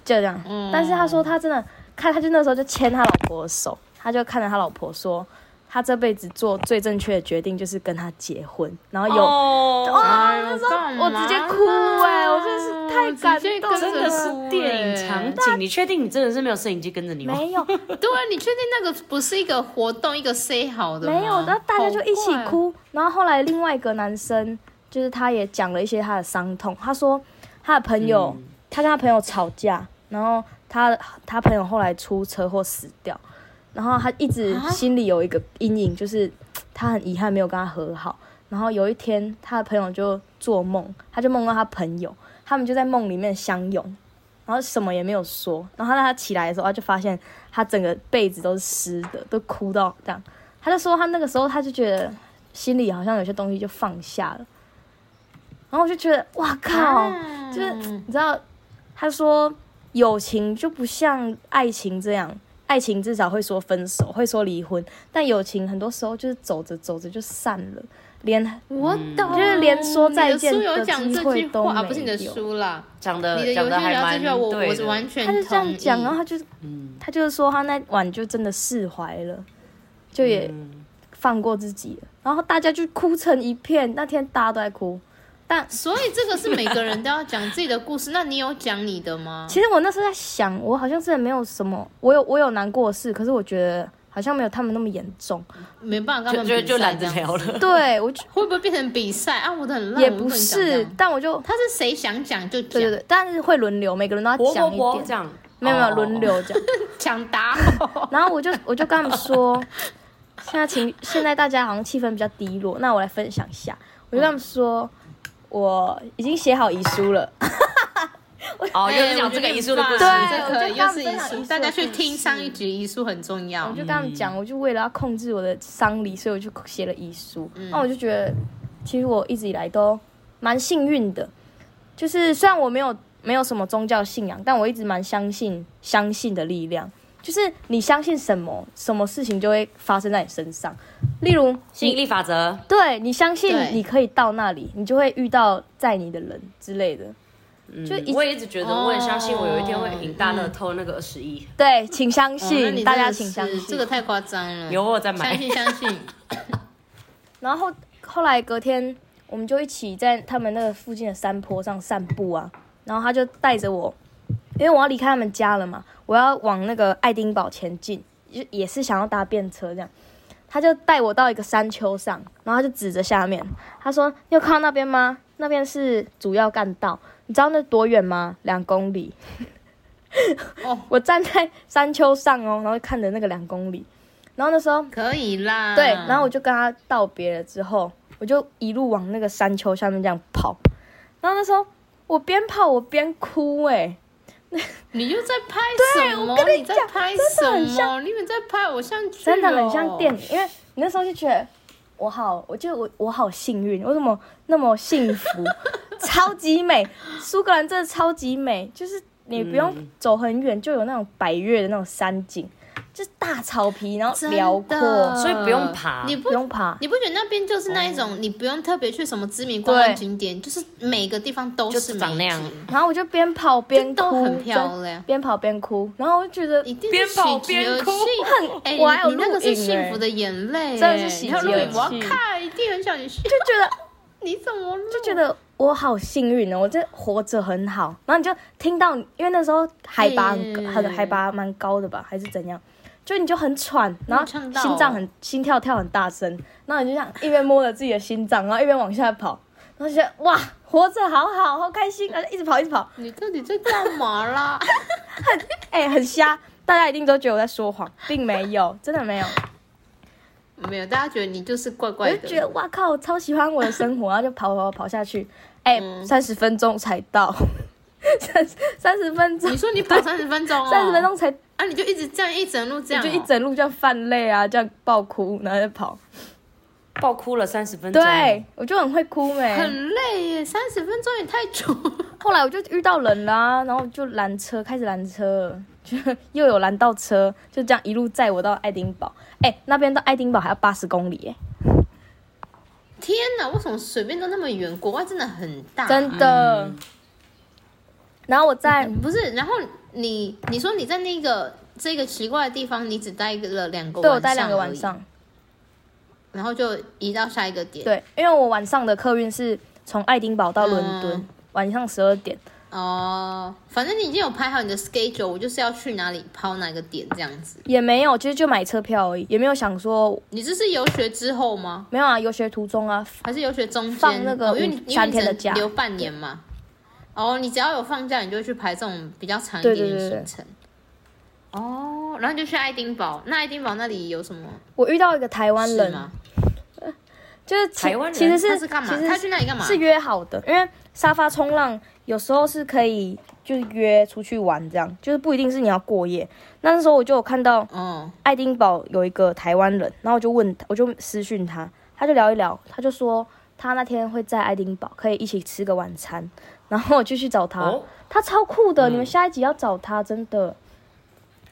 [SPEAKER 3] 就这样。但是他说他真的看，他就那时候就牵他老婆的手，他就看着他老婆说。他这辈子做最正确的决定就是跟他结婚，然后有、
[SPEAKER 1] 哦，
[SPEAKER 2] 哎呦，
[SPEAKER 3] 那时候
[SPEAKER 2] 干嘛
[SPEAKER 3] 啊我直接哭哎我真是太
[SPEAKER 2] 直
[SPEAKER 3] 感
[SPEAKER 2] 接
[SPEAKER 3] 动
[SPEAKER 2] 跟着
[SPEAKER 1] 真的是电影
[SPEAKER 2] 哭
[SPEAKER 1] 场
[SPEAKER 2] 哎
[SPEAKER 1] 景，你确定你真的是没有摄影机跟着你吗？
[SPEAKER 3] 没有，
[SPEAKER 2] 对啊，你确定那个不是一个活动，一个 say 好的吗
[SPEAKER 3] 没有，然后大家就一起。
[SPEAKER 2] 好怪哦
[SPEAKER 3] 哭。然后后来另外一个男生，就是他也讲了一些他的伤痛。他说他的朋友，
[SPEAKER 2] 嗯
[SPEAKER 1] 嗯
[SPEAKER 3] 他跟他朋友吵架，然后他他朋友后来出车祸死掉，然后他一直
[SPEAKER 2] 啊
[SPEAKER 3] 心里有一个阴影，就是他很遗憾没有跟他和好。然后有一天，他的朋友就做梦，他就梦到他朋友，他们就在梦里面相拥，然后什么也没有说。然后他他起来的时候，他就发现他整个被子都是湿的，都哭到这样。他就说他那个时候他就觉得心里好像有些东西就放下了。然后我就觉得，哇靠！
[SPEAKER 2] 啊
[SPEAKER 3] 就是你知道，他说友情就不像爱情这样，爱情至少会说分手，会说离婚，但友情很多时候就是走着走着就散了，连
[SPEAKER 2] 我懂，
[SPEAKER 3] 就是连说再见
[SPEAKER 2] 嗯你的书有讲这句
[SPEAKER 3] 的机会都
[SPEAKER 2] 话啊，
[SPEAKER 3] 没
[SPEAKER 2] 不是你的
[SPEAKER 3] 有
[SPEAKER 2] 书啦，
[SPEAKER 1] 讲的呃
[SPEAKER 2] 你的
[SPEAKER 1] 讲
[SPEAKER 2] 游
[SPEAKER 1] 的
[SPEAKER 2] 戏
[SPEAKER 1] 还
[SPEAKER 2] 聊这
[SPEAKER 1] 蛮
[SPEAKER 2] 句话，我
[SPEAKER 1] 对
[SPEAKER 2] 我是
[SPEAKER 1] 的
[SPEAKER 2] 完全
[SPEAKER 3] 他就这样
[SPEAKER 2] 同意
[SPEAKER 3] 讲，然后他就
[SPEAKER 1] 嗯
[SPEAKER 3] 他就是说他那晚就真的释怀了，就也
[SPEAKER 1] 嗯
[SPEAKER 3] 放过自己了，然后大家就哭成一片，那天大家都在哭，但
[SPEAKER 2] 所以这个是每个人都要讲自己的故事。那你有讲你的吗？
[SPEAKER 3] 其实我那时候在想，我好像真的没有什么，我有我有难过的事，可是我觉得好像没有他们那么严
[SPEAKER 2] *laughs*
[SPEAKER 3] 重。
[SPEAKER 2] 没办法跟他
[SPEAKER 1] 就
[SPEAKER 2] 们
[SPEAKER 1] 就
[SPEAKER 2] 比
[SPEAKER 1] 就
[SPEAKER 2] 赛
[SPEAKER 1] 懒
[SPEAKER 2] 这
[SPEAKER 1] 得
[SPEAKER 2] 样
[SPEAKER 1] 聊 *laughs*
[SPEAKER 2] 子，
[SPEAKER 1] 了。
[SPEAKER 3] 对，我就
[SPEAKER 2] 会不会变成比赛啊？我的很烂，
[SPEAKER 3] 也
[SPEAKER 2] 我
[SPEAKER 3] 不
[SPEAKER 2] 能讲这
[SPEAKER 3] 是
[SPEAKER 2] 样，
[SPEAKER 3] 但我就
[SPEAKER 2] 他是谁想讲就
[SPEAKER 3] 对对
[SPEAKER 2] 讲，
[SPEAKER 3] 对，但是会轮流，每个人都要
[SPEAKER 1] 伯伯
[SPEAKER 3] 讲一
[SPEAKER 1] 伯这
[SPEAKER 3] 点，
[SPEAKER 1] 样，
[SPEAKER 3] 没有没有
[SPEAKER 1] 哦
[SPEAKER 3] 轮。流讲。
[SPEAKER 2] 抢
[SPEAKER 3] *laughs*
[SPEAKER 2] 答。
[SPEAKER 3] 然后我就我就跟他们说，现在情现在大家好像气氛比较低落，那我来分享一下。我就跟他们说，我已经写好遗书了，
[SPEAKER 1] 哦，
[SPEAKER 2] *laughs*
[SPEAKER 1] 又是
[SPEAKER 2] 哎
[SPEAKER 1] 讲
[SPEAKER 2] 我
[SPEAKER 1] 这
[SPEAKER 2] 觉得
[SPEAKER 1] 个
[SPEAKER 2] 很
[SPEAKER 1] 遗书的故事，
[SPEAKER 2] 棒
[SPEAKER 3] 对
[SPEAKER 2] 这
[SPEAKER 3] 我
[SPEAKER 2] 个
[SPEAKER 3] 觉得
[SPEAKER 2] 又是
[SPEAKER 3] 刚刚分享
[SPEAKER 2] 遗
[SPEAKER 3] 遗
[SPEAKER 2] 书，
[SPEAKER 3] 书
[SPEAKER 2] 大家去
[SPEAKER 3] 的故
[SPEAKER 2] 听
[SPEAKER 3] 事
[SPEAKER 2] 上一集遗书很重
[SPEAKER 3] 我
[SPEAKER 2] 要哦
[SPEAKER 3] 就。跟他们讲，我就为了要控制我的丧礼，所以我就写了遗书。那我就觉得，其实我一直以来都蛮幸运的，就是虽然我没有没有什么宗教信仰，但我一直蛮相信相信的力量。就是你相信什么，什么事情就会发生在你身上。例如，
[SPEAKER 1] 吸引力法则，
[SPEAKER 3] 对你相信
[SPEAKER 2] 对
[SPEAKER 3] 你可以到那里，你就会遇到在你的人之类的。就
[SPEAKER 1] 嗯
[SPEAKER 3] 一
[SPEAKER 1] 我也一直觉得，我很相信我有一天会赢大乐
[SPEAKER 2] 嗯
[SPEAKER 1] 透那个二十一，
[SPEAKER 3] 对，请相
[SPEAKER 2] 哦
[SPEAKER 3] 信，
[SPEAKER 2] 那你
[SPEAKER 3] 大家
[SPEAKER 2] 真的
[SPEAKER 3] 请相
[SPEAKER 2] 是
[SPEAKER 3] 信
[SPEAKER 2] 这个太夸张了。
[SPEAKER 1] 有我有在
[SPEAKER 2] 嗯相
[SPEAKER 1] 买。
[SPEAKER 2] 信相信，
[SPEAKER 3] 然后后来隔天，我们就一起在他们那个附近的山坡上散步啊。然后他就带着我，因为我要离开他们家了嘛，我要往那个爱丁堡前进，就也是想要搭便车这样。他就带我到一个山丘上，然后他就指着下面，他说：“你有看到那边吗？那边是主要干道，你知道那多远吗？两公里。”
[SPEAKER 2] 哦
[SPEAKER 3] 我站在山丘上哦，然后看着那个两公里，然后那时候
[SPEAKER 2] 可以啦。
[SPEAKER 3] 对，然后我就跟他道别了之后，我就一路往那个山丘下面这样跑。然后那时候我边跑我边哭、欸，
[SPEAKER 2] 你又在拍什么？
[SPEAKER 3] 我跟你
[SPEAKER 2] 在
[SPEAKER 3] 讲
[SPEAKER 2] 拍
[SPEAKER 3] 真的
[SPEAKER 2] 什
[SPEAKER 3] 很
[SPEAKER 2] 么？
[SPEAKER 3] 像
[SPEAKER 2] 你们在拍偶像剧哦，
[SPEAKER 3] 真的很像电影，因为你那时候就觉得我好，我就我我好幸运，我怎么那么幸福， *laughs* 超级美，苏格兰真的超级美，就是你不用
[SPEAKER 1] 嗯
[SPEAKER 3] 走很远就有那种百越的那种山景，就是大草皮，然后
[SPEAKER 2] 真
[SPEAKER 3] 辽
[SPEAKER 2] 的
[SPEAKER 3] 阔，
[SPEAKER 1] 所以不用爬。
[SPEAKER 2] 你不
[SPEAKER 3] 不用爬。
[SPEAKER 2] 你不觉得那边就是那一种，你不用特别去什么知名观光
[SPEAKER 3] 对
[SPEAKER 2] 景点，就是每个地方都
[SPEAKER 1] 就是
[SPEAKER 2] 美
[SPEAKER 1] 长那
[SPEAKER 2] 景
[SPEAKER 1] 样
[SPEAKER 3] 然后我就边跑边
[SPEAKER 2] 都
[SPEAKER 3] 哭，
[SPEAKER 2] 很漂亮
[SPEAKER 3] 就边跑边哭，然后我就觉得
[SPEAKER 2] 一定
[SPEAKER 1] 边
[SPEAKER 2] 是
[SPEAKER 1] 跑
[SPEAKER 2] 喜极
[SPEAKER 1] 边
[SPEAKER 2] 而
[SPEAKER 1] 哭
[SPEAKER 2] 泣
[SPEAKER 3] 很
[SPEAKER 2] 哎、
[SPEAKER 3] 我还有
[SPEAKER 2] 你那个
[SPEAKER 3] 录
[SPEAKER 2] 是
[SPEAKER 3] 影
[SPEAKER 2] 幸
[SPEAKER 3] 欸
[SPEAKER 2] 福的眼泪、欸，
[SPEAKER 3] 真的是喜
[SPEAKER 2] 你还有
[SPEAKER 3] 极
[SPEAKER 2] 录
[SPEAKER 3] 而
[SPEAKER 2] 影，我要
[SPEAKER 1] 泣
[SPEAKER 2] 看，一定很想你 *laughs* 笑。
[SPEAKER 3] 就觉得
[SPEAKER 2] 你怎么录？
[SPEAKER 3] 就觉得我好幸运哦，我这活着很好。然后你就听到，因为那时候海拔很高，
[SPEAKER 2] 嗯
[SPEAKER 3] 很海拔蛮高的吧，还是怎样？就你就很喘，然后
[SPEAKER 2] 嗯呛到
[SPEAKER 3] 心脏很心跳跳很大声，然后你就想一边摸着自己的心脏，然后一边往下跑，然后就觉得哇，活着好好，好开心，然后一直跑一直跑，
[SPEAKER 2] 你到底在干嘛啦？ *laughs*
[SPEAKER 3] 哎、很瞎。大家一定都觉得我在说谎，并没有，真的没有。
[SPEAKER 2] 没有，大家觉得你就是怪
[SPEAKER 3] 我
[SPEAKER 2] 怪
[SPEAKER 3] 就觉得
[SPEAKER 2] 的。
[SPEAKER 3] 哇靠，我超喜欢我的生活，然后就跑跑跑下去，哎、
[SPEAKER 2] 嗯
[SPEAKER 3] 三十分钟才到，三三十分钟
[SPEAKER 2] 你，说你跑三十分钟、哦，
[SPEAKER 3] 三十分钟才，
[SPEAKER 2] 啊，你就一直这样一整路这样哦、
[SPEAKER 3] 我就一整路这样泛泪啊，这样爆哭，然后再跑。
[SPEAKER 1] 爆哭了三十分钟。
[SPEAKER 3] 对，，我就很会哭没。
[SPEAKER 2] 很累耶，三十分钟也太久 *laughs* 了。
[SPEAKER 3] 后来我就遇到人啦、然后就拦车，开始拦车，就 *laughs* 又有拦到车，就这样一路载我到爱丁堡。哎、那边到爱丁堡还要八十公里、欸
[SPEAKER 2] 天哪，为什么随便都那么远？国外真的很大，
[SPEAKER 3] 哎，真
[SPEAKER 2] 啊
[SPEAKER 3] 的。
[SPEAKER 2] 嗯
[SPEAKER 3] 然后我在
[SPEAKER 2] 不是，然后你你说你在那个这个奇怪的地方，你只待了两个晚上，
[SPEAKER 3] 对我待两个晚，上，
[SPEAKER 2] 然后就移到下一个点。，
[SPEAKER 3] 对，因为我晚上的客运是从爱丁堡到伦敦，
[SPEAKER 2] 嗯
[SPEAKER 3] 晚上十二点。
[SPEAKER 2] 哦，反正你已经有排好你的 schedule，我就是要去哪里抛哪个点这样子。
[SPEAKER 3] 也没有，其实就买车票而已，也没有想说
[SPEAKER 2] 你这是游学之后吗？
[SPEAKER 3] 没有啊，游学途中啊，
[SPEAKER 2] 还是游学中间？
[SPEAKER 3] 放那个
[SPEAKER 2] 哦因为你因
[SPEAKER 3] 五
[SPEAKER 2] 为你
[SPEAKER 3] 三天的
[SPEAKER 2] 只能
[SPEAKER 3] 假
[SPEAKER 2] 留半年嘛。哦，你只要有放假，你就会去排这种比较长一点
[SPEAKER 3] 对对
[SPEAKER 2] 的
[SPEAKER 3] 对对
[SPEAKER 2] 行程。哦，然后你就去爱丁堡。那爱丁堡那里有什么
[SPEAKER 3] 我遇到一个台湾
[SPEAKER 2] 事
[SPEAKER 3] 人，
[SPEAKER 2] 吗？
[SPEAKER 3] 就是其
[SPEAKER 1] 台湾人
[SPEAKER 3] 其实
[SPEAKER 2] 他
[SPEAKER 3] 是
[SPEAKER 2] 是干嘛
[SPEAKER 3] 其？实
[SPEAKER 2] 他去那里干嘛？
[SPEAKER 3] 是约好的，因为沙发冲浪有时候是可以就是约出去玩这样，就是不一定是你要过夜。那时候我就有看到
[SPEAKER 2] 哦，
[SPEAKER 3] 爱丁堡有一个台湾人，然后我就问他，我就私讯他，他就聊一聊，他就说他那天会在爱丁堡可以一起吃个晚餐，然后我就去找他，
[SPEAKER 1] 哦，
[SPEAKER 3] 他超酷
[SPEAKER 2] 嗯
[SPEAKER 3] 的，你们下一集要找他，真的。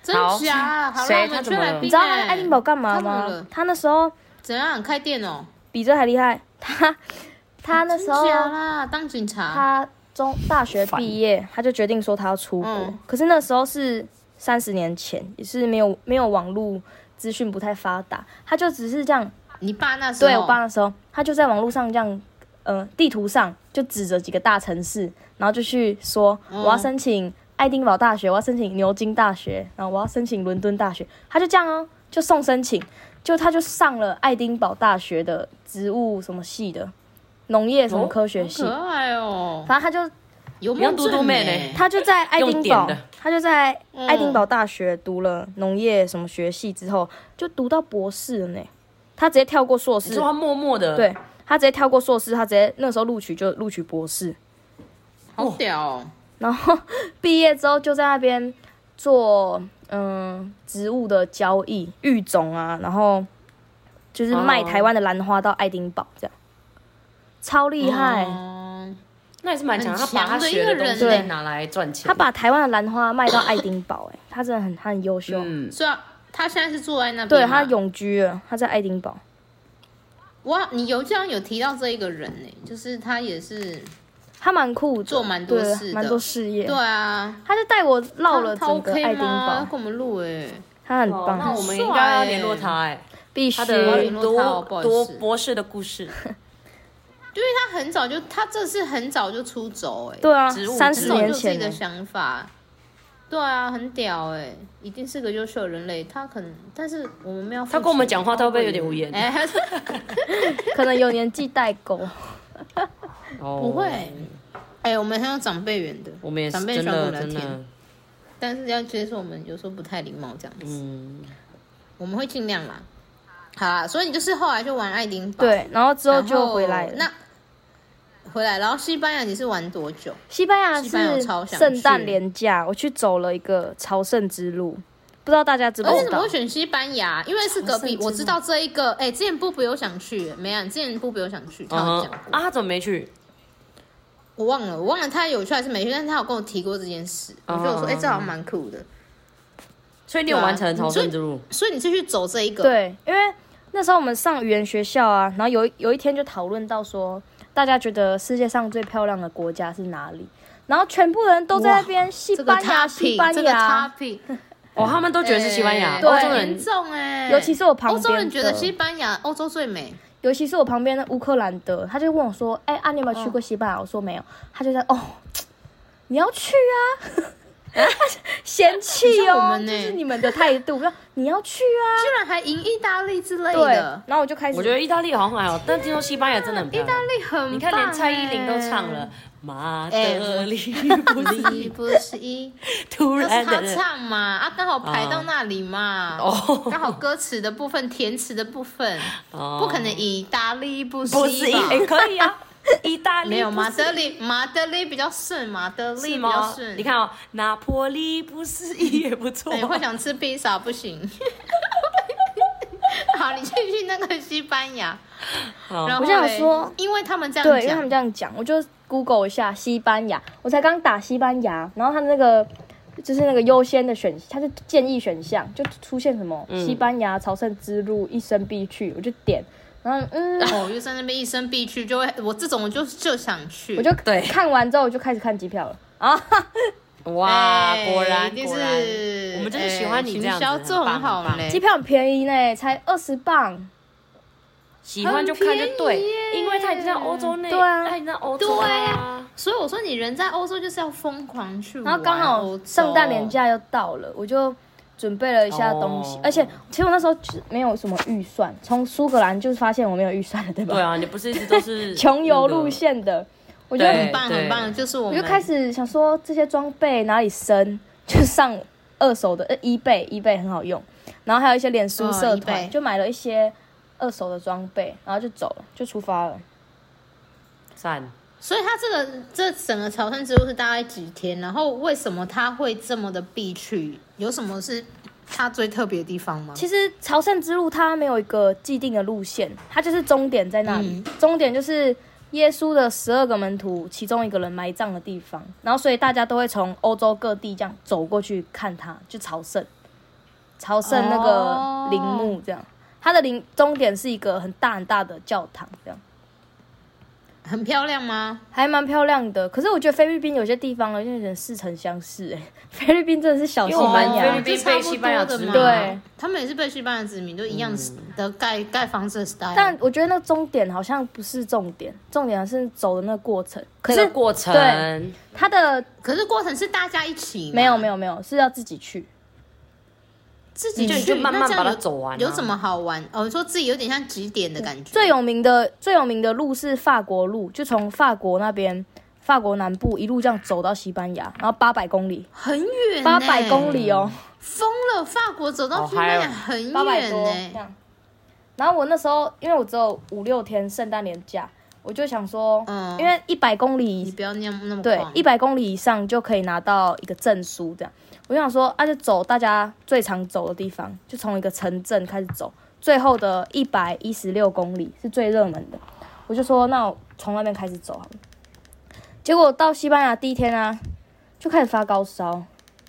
[SPEAKER 2] 真
[SPEAKER 1] 好
[SPEAKER 2] 假？好
[SPEAKER 1] 谁
[SPEAKER 2] 了，我们
[SPEAKER 1] 他
[SPEAKER 2] 去
[SPEAKER 1] 怎么
[SPEAKER 2] 来
[SPEAKER 1] 了
[SPEAKER 2] 宾
[SPEAKER 3] 你知道他
[SPEAKER 2] 欸
[SPEAKER 3] 在爱丁堡干嘛
[SPEAKER 2] 他怎么
[SPEAKER 3] 吗
[SPEAKER 2] 了？
[SPEAKER 3] 他那时候
[SPEAKER 2] 怎样开店哦？
[SPEAKER 3] 比这还厉害，他他那时候
[SPEAKER 2] 假啦，当警察。
[SPEAKER 3] 他中大学毕业，他就决定说他要出国。
[SPEAKER 2] 嗯
[SPEAKER 3] 可是那时候是三十年前，也是没有没有网络资讯不太发达，他就只是这样。
[SPEAKER 2] 你爸那时候？
[SPEAKER 3] 对我爸那时候，他就在网络上这样，呃，地图上就指着几个大城市，然后就去说
[SPEAKER 1] 嗯
[SPEAKER 3] 我要申请爱丁堡大学，我要申请牛津大学，然后我要申请伦敦大学，他就这样哦，就送申请，就他就上了爱丁堡大学的植物什么系的，农业什么
[SPEAKER 1] 哦
[SPEAKER 3] 科学
[SPEAKER 2] 好
[SPEAKER 3] 系，
[SPEAKER 2] 可爱哦，
[SPEAKER 3] 反正他就
[SPEAKER 2] 有
[SPEAKER 1] 你要
[SPEAKER 2] 梦
[SPEAKER 1] 嘟嘟
[SPEAKER 2] 最
[SPEAKER 1] 妹
[SPEAKER 2] 美
[SPEAKER 1] 呢
[SPEAKER 3] 他就在爱丁
[SPEAKER 1] 用点
[SPEAKER 3] 堡
[SPEAKER 1] 的，嗯
[SPEAKER 3] 他就在爱丁堡大学读了农业什么学系之后，就读到博士了呢。他直接跳过硕
[SPEAKER 1] 你
[SPEAKER 3] 士
[SPEAKER 1] 说，他默默的，，
[SPEAKER 3] 对他直接跳过硕士，他直接那时候录取就录取博士，
[SPEAKER 2] 好屌哦。
[SPEAKER 3] 然后 *laughs* 毕业之后就在那边做嗯植物的交易、育种啊，然后就是卖
[SPEAKER 1] 哦
[SPEAKER 3] 台湾的兰花到爱丁堡这样，超厉害。
[SPEAKER 2] 哦
[SPEAKER 1] 那也是蛮强。他
[SPEAKER 2] 很
[SPEAKER 1] 把
[SPEAKER 2] 强
[SPEAKER 1] 他
[SPEAKER 2] 的一
[SPEAKER 1] 学
[SPEAKER 2] 个
[SPEAKER 1] 的
[SPEAKER 2] 人欸
[SPEAKER 1] 东
[SPEAKER 2] 呢
[SPEAKER 1] 西拿来赚钱。
[SPEAKER 3] 他把台湾的兰花卖到爱丁堡、哎，他真的很他很优秀。
[SPEAKER 1] 嗯，
[SPEAKER 2] 虽然他现在是住在那边嘛
[SPEAKER 3] 对他永居了，他在爱丁堡。
[SPEAKER 2] 哇，你邮件上有提到这一个人呢，就是他也是
[SPEAKER 3] 他蛮酷的，
[SPEAKER 2] 做蛮多
[SPEAKER 3] 对
[SPEAKER 2] 事的
[SPEAKER 3] 蛮多事业。
[SPEAKER 2] 对啊，
[SPEAKER 3] 他就带我绕了
[SPEAKER 2] 他
[SPEAKER 3] 整个
[SPEAKER 2] OK
[SPEAKER 3] 爱丁
[SPEAKER 2] 吗他
[SPEAKER 3] 堡，
[SPEAKER 2] 跟我们录哎，
[SPEAKER 3] 他很
[SPEAKER 1] 哦那
[SPEAKER 3] 棒，
[SPEAKER 1] 我们
[SPEAKER 2] 很
[SPEAKER 1] 应该要
[SPEAKER 2] 帅欸
[SPEAKER 1] 联络他哎，
[SPEAKER 3] 必须
[SPEAKER 1] 他的
[SPEAKER 2] 联络他
[SPEAKER 1] 多
[SPEAKER 2] 哦不好意
[SPEAKER 1] 多
[SPEAKER 2] 思
[SPEAKER 1] 博士的故
[SPEAKER 2] *laughs*
[SPEAKER 1] 事，
[SPEAKER 2] 因为他很早就他这是很早就出走哎，
[SPEAKER 3] 对啊，
[SPEAKER 1] 植物
[SPEAKER 3] 三
[SPEAKER 2] 很
[SPEAKER 3] 十
[SPEAKER 2] 早就
[SPEAKER 3] 年
[SPEAKER 2] 有自己
[SPEAKER 3] 前
[SPEAKER 2] 的
[SPEAKER 3] 呢，
[SPEAKER 2] 想法。对啊，很屌哎、一定是个优秀的人类。他可能，但是我们没有付
[SPEAKER 1] 他跟我们
[SPEAKER 2] 钱
[SPEAKER 1] 讲话，他会不会有点无言？
[SPEAKER 2] 哎、
[SPEAKER 3] 可能有年纪代沟。
[SPEAKER 1] 不
[SPEAKER 2] 不会，哎、我们很有长辈缘的，
[SPEAKER 1] 哦我们也是
[SPEAKER 2] 长辈
[SPEAKER 1] 真
[SPEAKER 2] 喜欢跟
[SPEAKER 1] 的
[SPEAKER 2] 我聊
[SPEAKER 1] 真
[SPEAKER 2] 天，
[SPEAKER 1] 的，
[SPEAKER 2] 但是要接受我们有时候不太礼貌这样子，
[SPEAKER 1] 嗯，
[SPEAKER 2] 我们会尽量啦。好啦，所以你就是后来就玩爱丁堡，，
[SPEAKER 3] *laughs* 对，然后之
[SPEAKER 2] 然
[SPEAKER 3] 后
[SPEAKER 2] 后
[SPEAKER 3] 就回来了。
[SPEAKER 2] 那回来，然后西班牙你是玩多久？
[SPEAKER 3] 西班牙
[SPEAKER 2] 西班牙
[SPEAKER 3] 是
[SPEAKER 2] 超想
[SPEAKER 3] 圣诞
[SPEAKER 2] 去
[SPEAKER 3] 连假，我去走了一个朝圣之路，不知道大家知不
[SPEAKER 2] 而且
[SPEAKER 3] 知
[SPEAKER 2] 怎么
[SPEAKER 3] 道
[SPEAKER 2] 会？选西班牙？因为是隔
[SPEAKER 1] 朝圣之
[SPEAKER 2] 壁，
[SPEAKER 1] 路
[SPEAKER 2] 我知道这一个。哎、之前布布有想去，没啊？之前布布有想去，他
[SPEAKER 3] 嗯
[SPEAKER 2] 有
[SPEAKER 1] 啊
[SPEAKER 2] 讲过。
[SPEAKER 1] 啊，他怎么没去？
[SPEAKER 2] 我忘了，我
[SPEAKER 3] 嗯
[SPEAKER 2] 忘了他有去还是没去，但是他有跟我提过这件事。我
[SPEAKER 1] 哦
[SPEAKER 2] 就有说，哎、这好像蛮酷的。
[SPEAKER 1] 所以你有
[SPEAKER 2] 对啊
[SPEAKER 1] 完成朝
[SPEAKER 2] 所以
[SPEAKER 1] 圣之路？
[SPEAKER 2] 所以你是去走这一个，，
[SPEAKER 3] 对，因为那时候我们上语言学校啊，然后有一有一天就讨论到说，大家觉得世界上最漂亮的国家是哪里？然后全部人都在那边西
[SPEAKER 2] 这个
[SPEAKER 3] 班牙，西
[SPEAKER 2] topic，
[SPEAKER 3] 班
[SPEAKER 2] 这个
[SPEAKER 3] 牙，
[SPEAKER 2] topic，
[SPEAKER 1] 哦，他们都觉得是西班牙，哦
[SPEAKER 2] 哎
[SPEAKER 1] 欧洲
[SPEAKER 3] 对
[SPEAKER 2] 严
[SPEAKER 1] 人
[SPEAKER 2] 重哎，
[SPEAKER 3] 尤其是我
[SPEAKER 2] 欧
[SPEAKER 3] 旁边的
[SPEAKER 2] 洲人觉得西班牙、欧洲最美，
[SPEAKER 3] 尤其是我旁边的乌克兰的，他就问我说：“哎、啊，你有没有去过西班牙？”我说没有，他就在哦，你要去
[SPEAKER 2] *laughs*
[SPEAKER 3] 啊，嫌弃
[SPEAKER 2] 很像我
[SPEAKER 3] 哦，
[SPEAKER 2] 们
[SPEAKER 3] 就
[SPEAKER 2] 呢
[SPEAKER 3] 是你们的态度，我说你要去啊，
[SPEAKER 2] 居然还赢意大利之类
[SPEAKER 3] 对，
[SPEAKER 2] 的
[SPEAKER 3] 然。后我就开始，
[SPEAKER 1] 我觉得意大利好像还好，但听说西班牙真的很漂
[SPEAKER 2] 意
[SPEAKER 1] 亮
[SPEAKER 2] 大。利很棒欸，
[SPEAKER 1] 你看，连蔡依林都唱了。马德里不
[SPEAKER 2] *laughs* 你
[SPEAKER 1] 是
[SPEAKER 2] 不是一，
[SPEAKER 1] 突
[SPEAKER 2] 那
[SPEAKER 1] 然
[SPEAKER 2] 是他
[SPEAKER 1] 的
[SPEAKER 2] 唱嘛，啊，刚好排到那里嘛，
[SPEAKER 1] 哦
[SPEAKER 2] 刚好歌词的部分、填词的部分，
[SPEAKER 1] 哦
[SPEAKER 2] 不可能意大利不是
[SPEAKER 1] 不是意
[SPEAKER 2] 吧
[SPEAKER 1] 哎可以 *laughs* 啊，意大利
[SPEAKER 2] 没有
[SPEAKER 1] 不是
[SPEAKER 2] 马德里，马德里比较顺，马德里
[SPEAKER 1] 是
[SPEAKER 2] 比较
[SPEAKER 1] 吗？哎
[SPEAKER 2] 顺。
[SPEAKER 1] 你看哦，拿破里不是意也不错
[SPEAKER 3] *laughs*
[SPEAKER 2] 对，，会想吃披萨不行。好，你继续那个西班牙。
[SPEAKER 1] 好
[SPEAKER 2] 然后
[SPEAKER 3] 我想
[SPEAKER 2] 嘞
[SPEAKER 3] 说
[SPEAKER 2] 因为他们这样
[SPEAKER 3] 对，因为他
[SPEAKER 2] 讲
[SPEAKER 3] 们，这样讲，我就 Google 一下西班牙，我才刚打西班牙，然后他的那个就是那个优先的选，他是建议选项，就出现什么、
[SPEAKER 2] 嗯
[SPEAKER 3] 西班牙朝圣之路一生必去，我就点，然后
[SPEAKER 2] *laughs*
[SPEAKER 3] 嗯，
[SPEAKER 2] 哦，我就在那边一生必去，就会我这种我就就想去，
[SPEAKER 3] 我就
[SPEAKER 1] 对
[SPEAKER 3] 看完之后我就开始看机票了啊，
[SPEAKER 2] *laughs*
[SPEAKER 1] 哇，
[SPEAKER 2] 哎
[SPEAKER 1] 果然
[SPEAKER 2] 一定
[SPEAKER 1] 果然，
[SPEAKER 2] 是
[SPEAKER 1] 我们就是喜欢你这样子
[SPEAKER 2] 哎行销做很好
[SPEAKER 1] 很棒
[SPEAKER 2] 嘞
[SPEAKER 3] 机。票很便宜呢，才二十磅，
[SPEAKER 1] 喜欢就看就对
[SPEAKER 2] 很便宜耶，
[SPEAKER 1] 因为他已经在欧洲内，
[SPEAKER 3] 对啊
[SPEAKER 1] 他已经在欧洲
[SPEAKER 2] 对
[SPEAKER 1] 啊，
[SPEAKER 2] 所以我说你人在欧洲就是要疯狂去玩
[SPEAKER 3] 然后刚好
[SPEAKER 2] 欧洲
[SPEAKER 3] 圣诞年，假又到了，我就准备了一下东西，
[SPEAKER 1] 哦
[SPEAKER 3] 而且其实我那时候就是没有什么预算，从苏格兰就是发现我没有预算了，对吧？
[SPEAKER 1] 对啊，你不是一直都是
[SPEAKER 3] *laughs* 穷游
[SPEAKER 1] 那个
[SPEAKER 3] 路线的，我就
[SPEAKER 1] 对
[SPEAKER 2] 很棒很棒，就是我
[SPEAKER 3] 我
[SPEAKER 2] 们
[SPEAKER 3] 就开始想说这些装备哪里生， *laughs* 就上二手的，呃，e b a y 很好用，然后还有一些脸书社团，
[SPEAKER 2] 哦，eBay
[SPEAKER 3] 就买了一些二手的装备，然后就走了，就出发了。
[SPEAKER 1] 赞，
[SPEAKER 2] 所以他这个这整个朝圣之路是大概几天？然后为什么他会这么的必去？有什么是他最特别的地方吗？
[SPEAKER 3] 其实朝圣之路它没有一个既定的路线，它就是终点在那里，
[SPEAKER 1] 嗯
[SPEAKER 3] 终点就是耶稣的十二个门徒其中一个人埋葬的地方，然后所以大家都会从欧洲各地这样走过去看他，就朝圣，朝圣那
[SPEAKER 2] 哦
[SPEAKER 3] 个陵墓这样。它的陵终点是一个很大很大的教堂，这样
[SPEAKER 2] 很漂亮吗？
[SPEAKER 3] 还蛮漂亮的。可是我觉得菲律宾有些地方呢，就有点似曾相识、哎，菲律宾真的是小西
[SPEAKER 1] 因为我们
[SPEAKER 3] 班
[SPEAKER 1] 菲
[SPEAKER 3] 牙
[SPEAKER 1] 律，宾
[SPEAKER 2] 就差不
[SPEAKER 1] 被西班牙
[SPEAKER 2] 多的
[SPEAKER 1] 殖
[SPEAKER 2] 嘛
[SPEAKER 1] 民嗯
[SPEAKER 3] 哦对，
[SPEAKER 2] 他们也是被西班牙殖民，就一样的盖盖房子的 style。
[SPEAKER 3] 但我觉得那个终点好像不是重点，重点是走的那个过程。可
[SPEAKER 1] 那
[SPEAKER 3] 是
[SPEAKER 1] 个过程
[SPEAKER 3] 对他的
[SPEAKER 2] 可是过程是大家一起，
[SPEAKER 3] 没有没
[SPEAKER 2] 有，
[SPEAKER 3] 有没有，是要自己去。
[SPEAKER 2] 自己
[SPEAKER 1] 就你
[SPEAKER 2] 去
[SPEAKER 1] 就慢慢
[SPEAKER 2] 那这样
[SPEAKER 1] 把它
[SPEAKER 2] 有
[SPEAKER 1] 走完啊
[SPEAKER 2] 有什么好玩？哦，你说自己有点像极点的感觉，
[SPEAKER 3] 最有名的最有名的路是法国路，就从法国那边，法国南部一路这样走到西班牙，然后八百公里，
[SPEAKER 2] 很远，
[SPEAKER 3] 八百公，里哦，
[SPEAKER 2] 疯了！法国走到
[SPEAKER 1] 哦
[SPEAKER 2] 西班
[SPEAKER 1] 还
[SPEAKER 2] 牙
[SPEAKER 1] 有
[SPEAKER 2] 很
[SPEAKER 3] 八百多
[SPEAKER 2] 远欸
[SPEAKER 3] 这
[SPEAKER 2] 呢，
[SPEAKER 3] 样。然后我那时候因为我只有五六天圣诞年假，我就想说，
[SPEAKER 2] 嗯
[SPEAKER 3] 因为一百公里
[SPEAKER 2] 你不要那样那么
[SPEAKER 3] 对，
[SPEAKER 2] 狂
[SPEAKER 3] 一百公里以上就可以拿到一个证书，这样。我就想说，啊，就走大家最常走的地方，就从一个城镇开始走，最后的一百一十六公里是最热门的。我就说，那我从那边开始走好了。结果到西班牙第一天啊，就开始发高烧，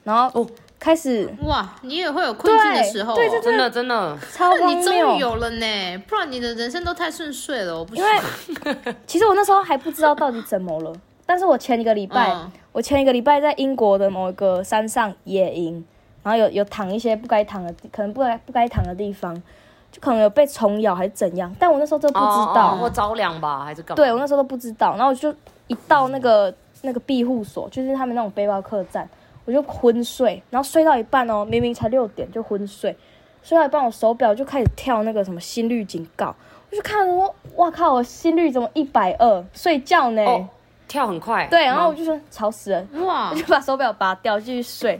[SPEAKER 3] 然后
[SPEAKER 1] 哦
[SPEAKER 3] 开始、
[SPEAKER 2] 哇， *laughs* 你也会有困境的
[SPEAKER 3] 对
[SPEAKER 2] 时候、哦，
[SPEAKER 3] 对，这
[SPEAKER 1] 真
[SPEAKER 3] 真的
[SPEAKER 1] 的真的，
[SPEAKER 3] 超
[SPEAKER 2] 那
[SPEAKER 3] 荒
[SPEAKER 2] 你终于
[SPEAKER 3] 谬。
[SPEAKER 2] 有了呢，不然你的人生都太顺遂了，我不
[SPEAKER 3] 因
[SPEAKER 2] 行
[SPEAKER 3] 为。其实我那时候还不知道到底怎么了，但是我前一个礼拜。
[SPEAKER 2] 嗯
[SPEAKER 3] 我前一个礼拜在英国的某一个山上野营，然后有有躺一些不该躺的地，可能不该不该躺的地方，就可能有被虫咬还是怎样，但我那时候都不知道，
[SPEAKER 1] 哦哦或着凉吧，还是干嘛？
[SPEAKER 3] 对我那时候都不知道，然后我就一到那个那个庇护所，就是他们那种背包客栈，我就昏睡，然后睡到一半哦，明明才六点就昏睡，睡到一半我手表就开始跳那个什么心率警告，我就看着说，哇靠，我心率怎么一百二？睡觉呢？
[SPEAKER 1] 哦，跳很快，
[SPEAKER 3] 哎对，然后我就说吵死了，
[SPEAKER 2] 嗯哇
[SPEAKER 3] 我，就把手表拔掉，继续睡。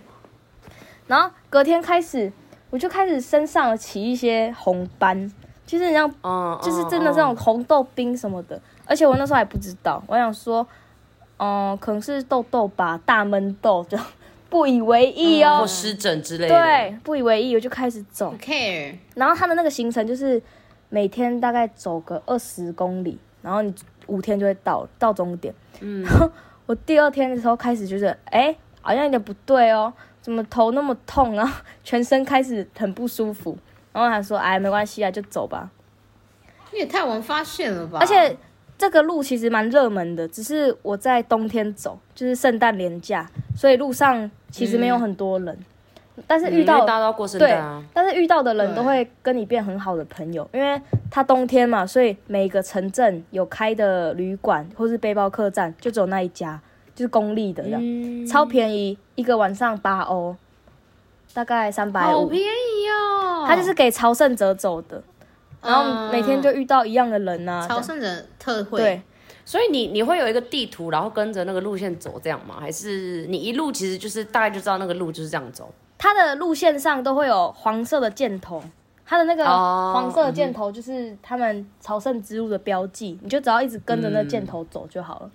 [SPEAKER 3] 然后隔天开始，我就开始身上起一些红斑，就是像
[SPEAKER 1] 嗯，嗯
[SPEAKER 3] 就是真的这种，红豆冰什么的。而且我那时候还不知道，我想说，嗯、可能是痘痘吧，大闷痘这样， *laughs* 不以为意
[SPEAKER 1] 嗯
[SPEAKER 3] 哦
[SPEAKER 1] 或。湿疹之类的，
[SPEAKER 3] 对，不以为意，我就开始走
[SPEAKER 2] 不。care，
[SPEAKER 3] 然后他的那个行程就是每天大概走个二十公里，然后你五天就会到到终点。嗯，我第二天的时候开始觉得，哎，好像有点不对哦，怎么头那么痛啊，全身开始很不舒服。然后他说：“哎，没关系啊，就走吧。
[SPEAKER 2] 你也太晚发现
[SPEAKER 1] 啊
[SPEAKER 2] 了吧？
[SPEAKER 3] 而且这个路其实蛮热门的，只是我在冬天走，就是圣诞连假，所以路上其实没有很多人。但是遇
[SPEAKER 1] 嗯因为
[SPEAKER 3] 到
[SPEAKER 1] 大家都要过圣
[SPEAKER 3] 对
[SPEAKER 1] 诞啊，，
[SPEAKER 3] 但是遇到的人
[SPEAKER 2] 对
[SPEAKER 3] 都会跟你变很好的朋友，因为他冬天嘛，所以每个城镇有开的旅馆或是背包客栈，就只有那一家，就是公立的这样，
[SPEAKER 2] 嗯
[SPEAKER 3] 超便宜，一个晚上八欧，大概三百
[SPEAKER 2] 好
[SPEAKER 3] 五，
[SPEAKER 2] 便宜哦。
[SPEAKER 3] 他就是给朝圣者走的，然后
[SPEAKER 2] 嗯
[SPEAKER 3] 每天就遇到一样的人啊，这
[SPEAKER 2] 朝
[SPEAKER 3] 样
[SPEAKER 2] 圣者特惠，
[SPEAKER 3] 对，
[SPEAKER 1] 所以你你会有一个地图，然后跟着那个路线走这样吗？还是你一路其实就是大概就知道那个路就是这样走？
[SPEAKER 3] 它的路线上都会有黄色的箭头，它的那个
[SPEAKER 1] 哦
[SPEAKER 3] 黄色的箭头就是他们朝圣之路的标记，你就只要一直跟着那箭头走就好
[SPEAKER 2] 嗯
[SPEAKER 3] 了。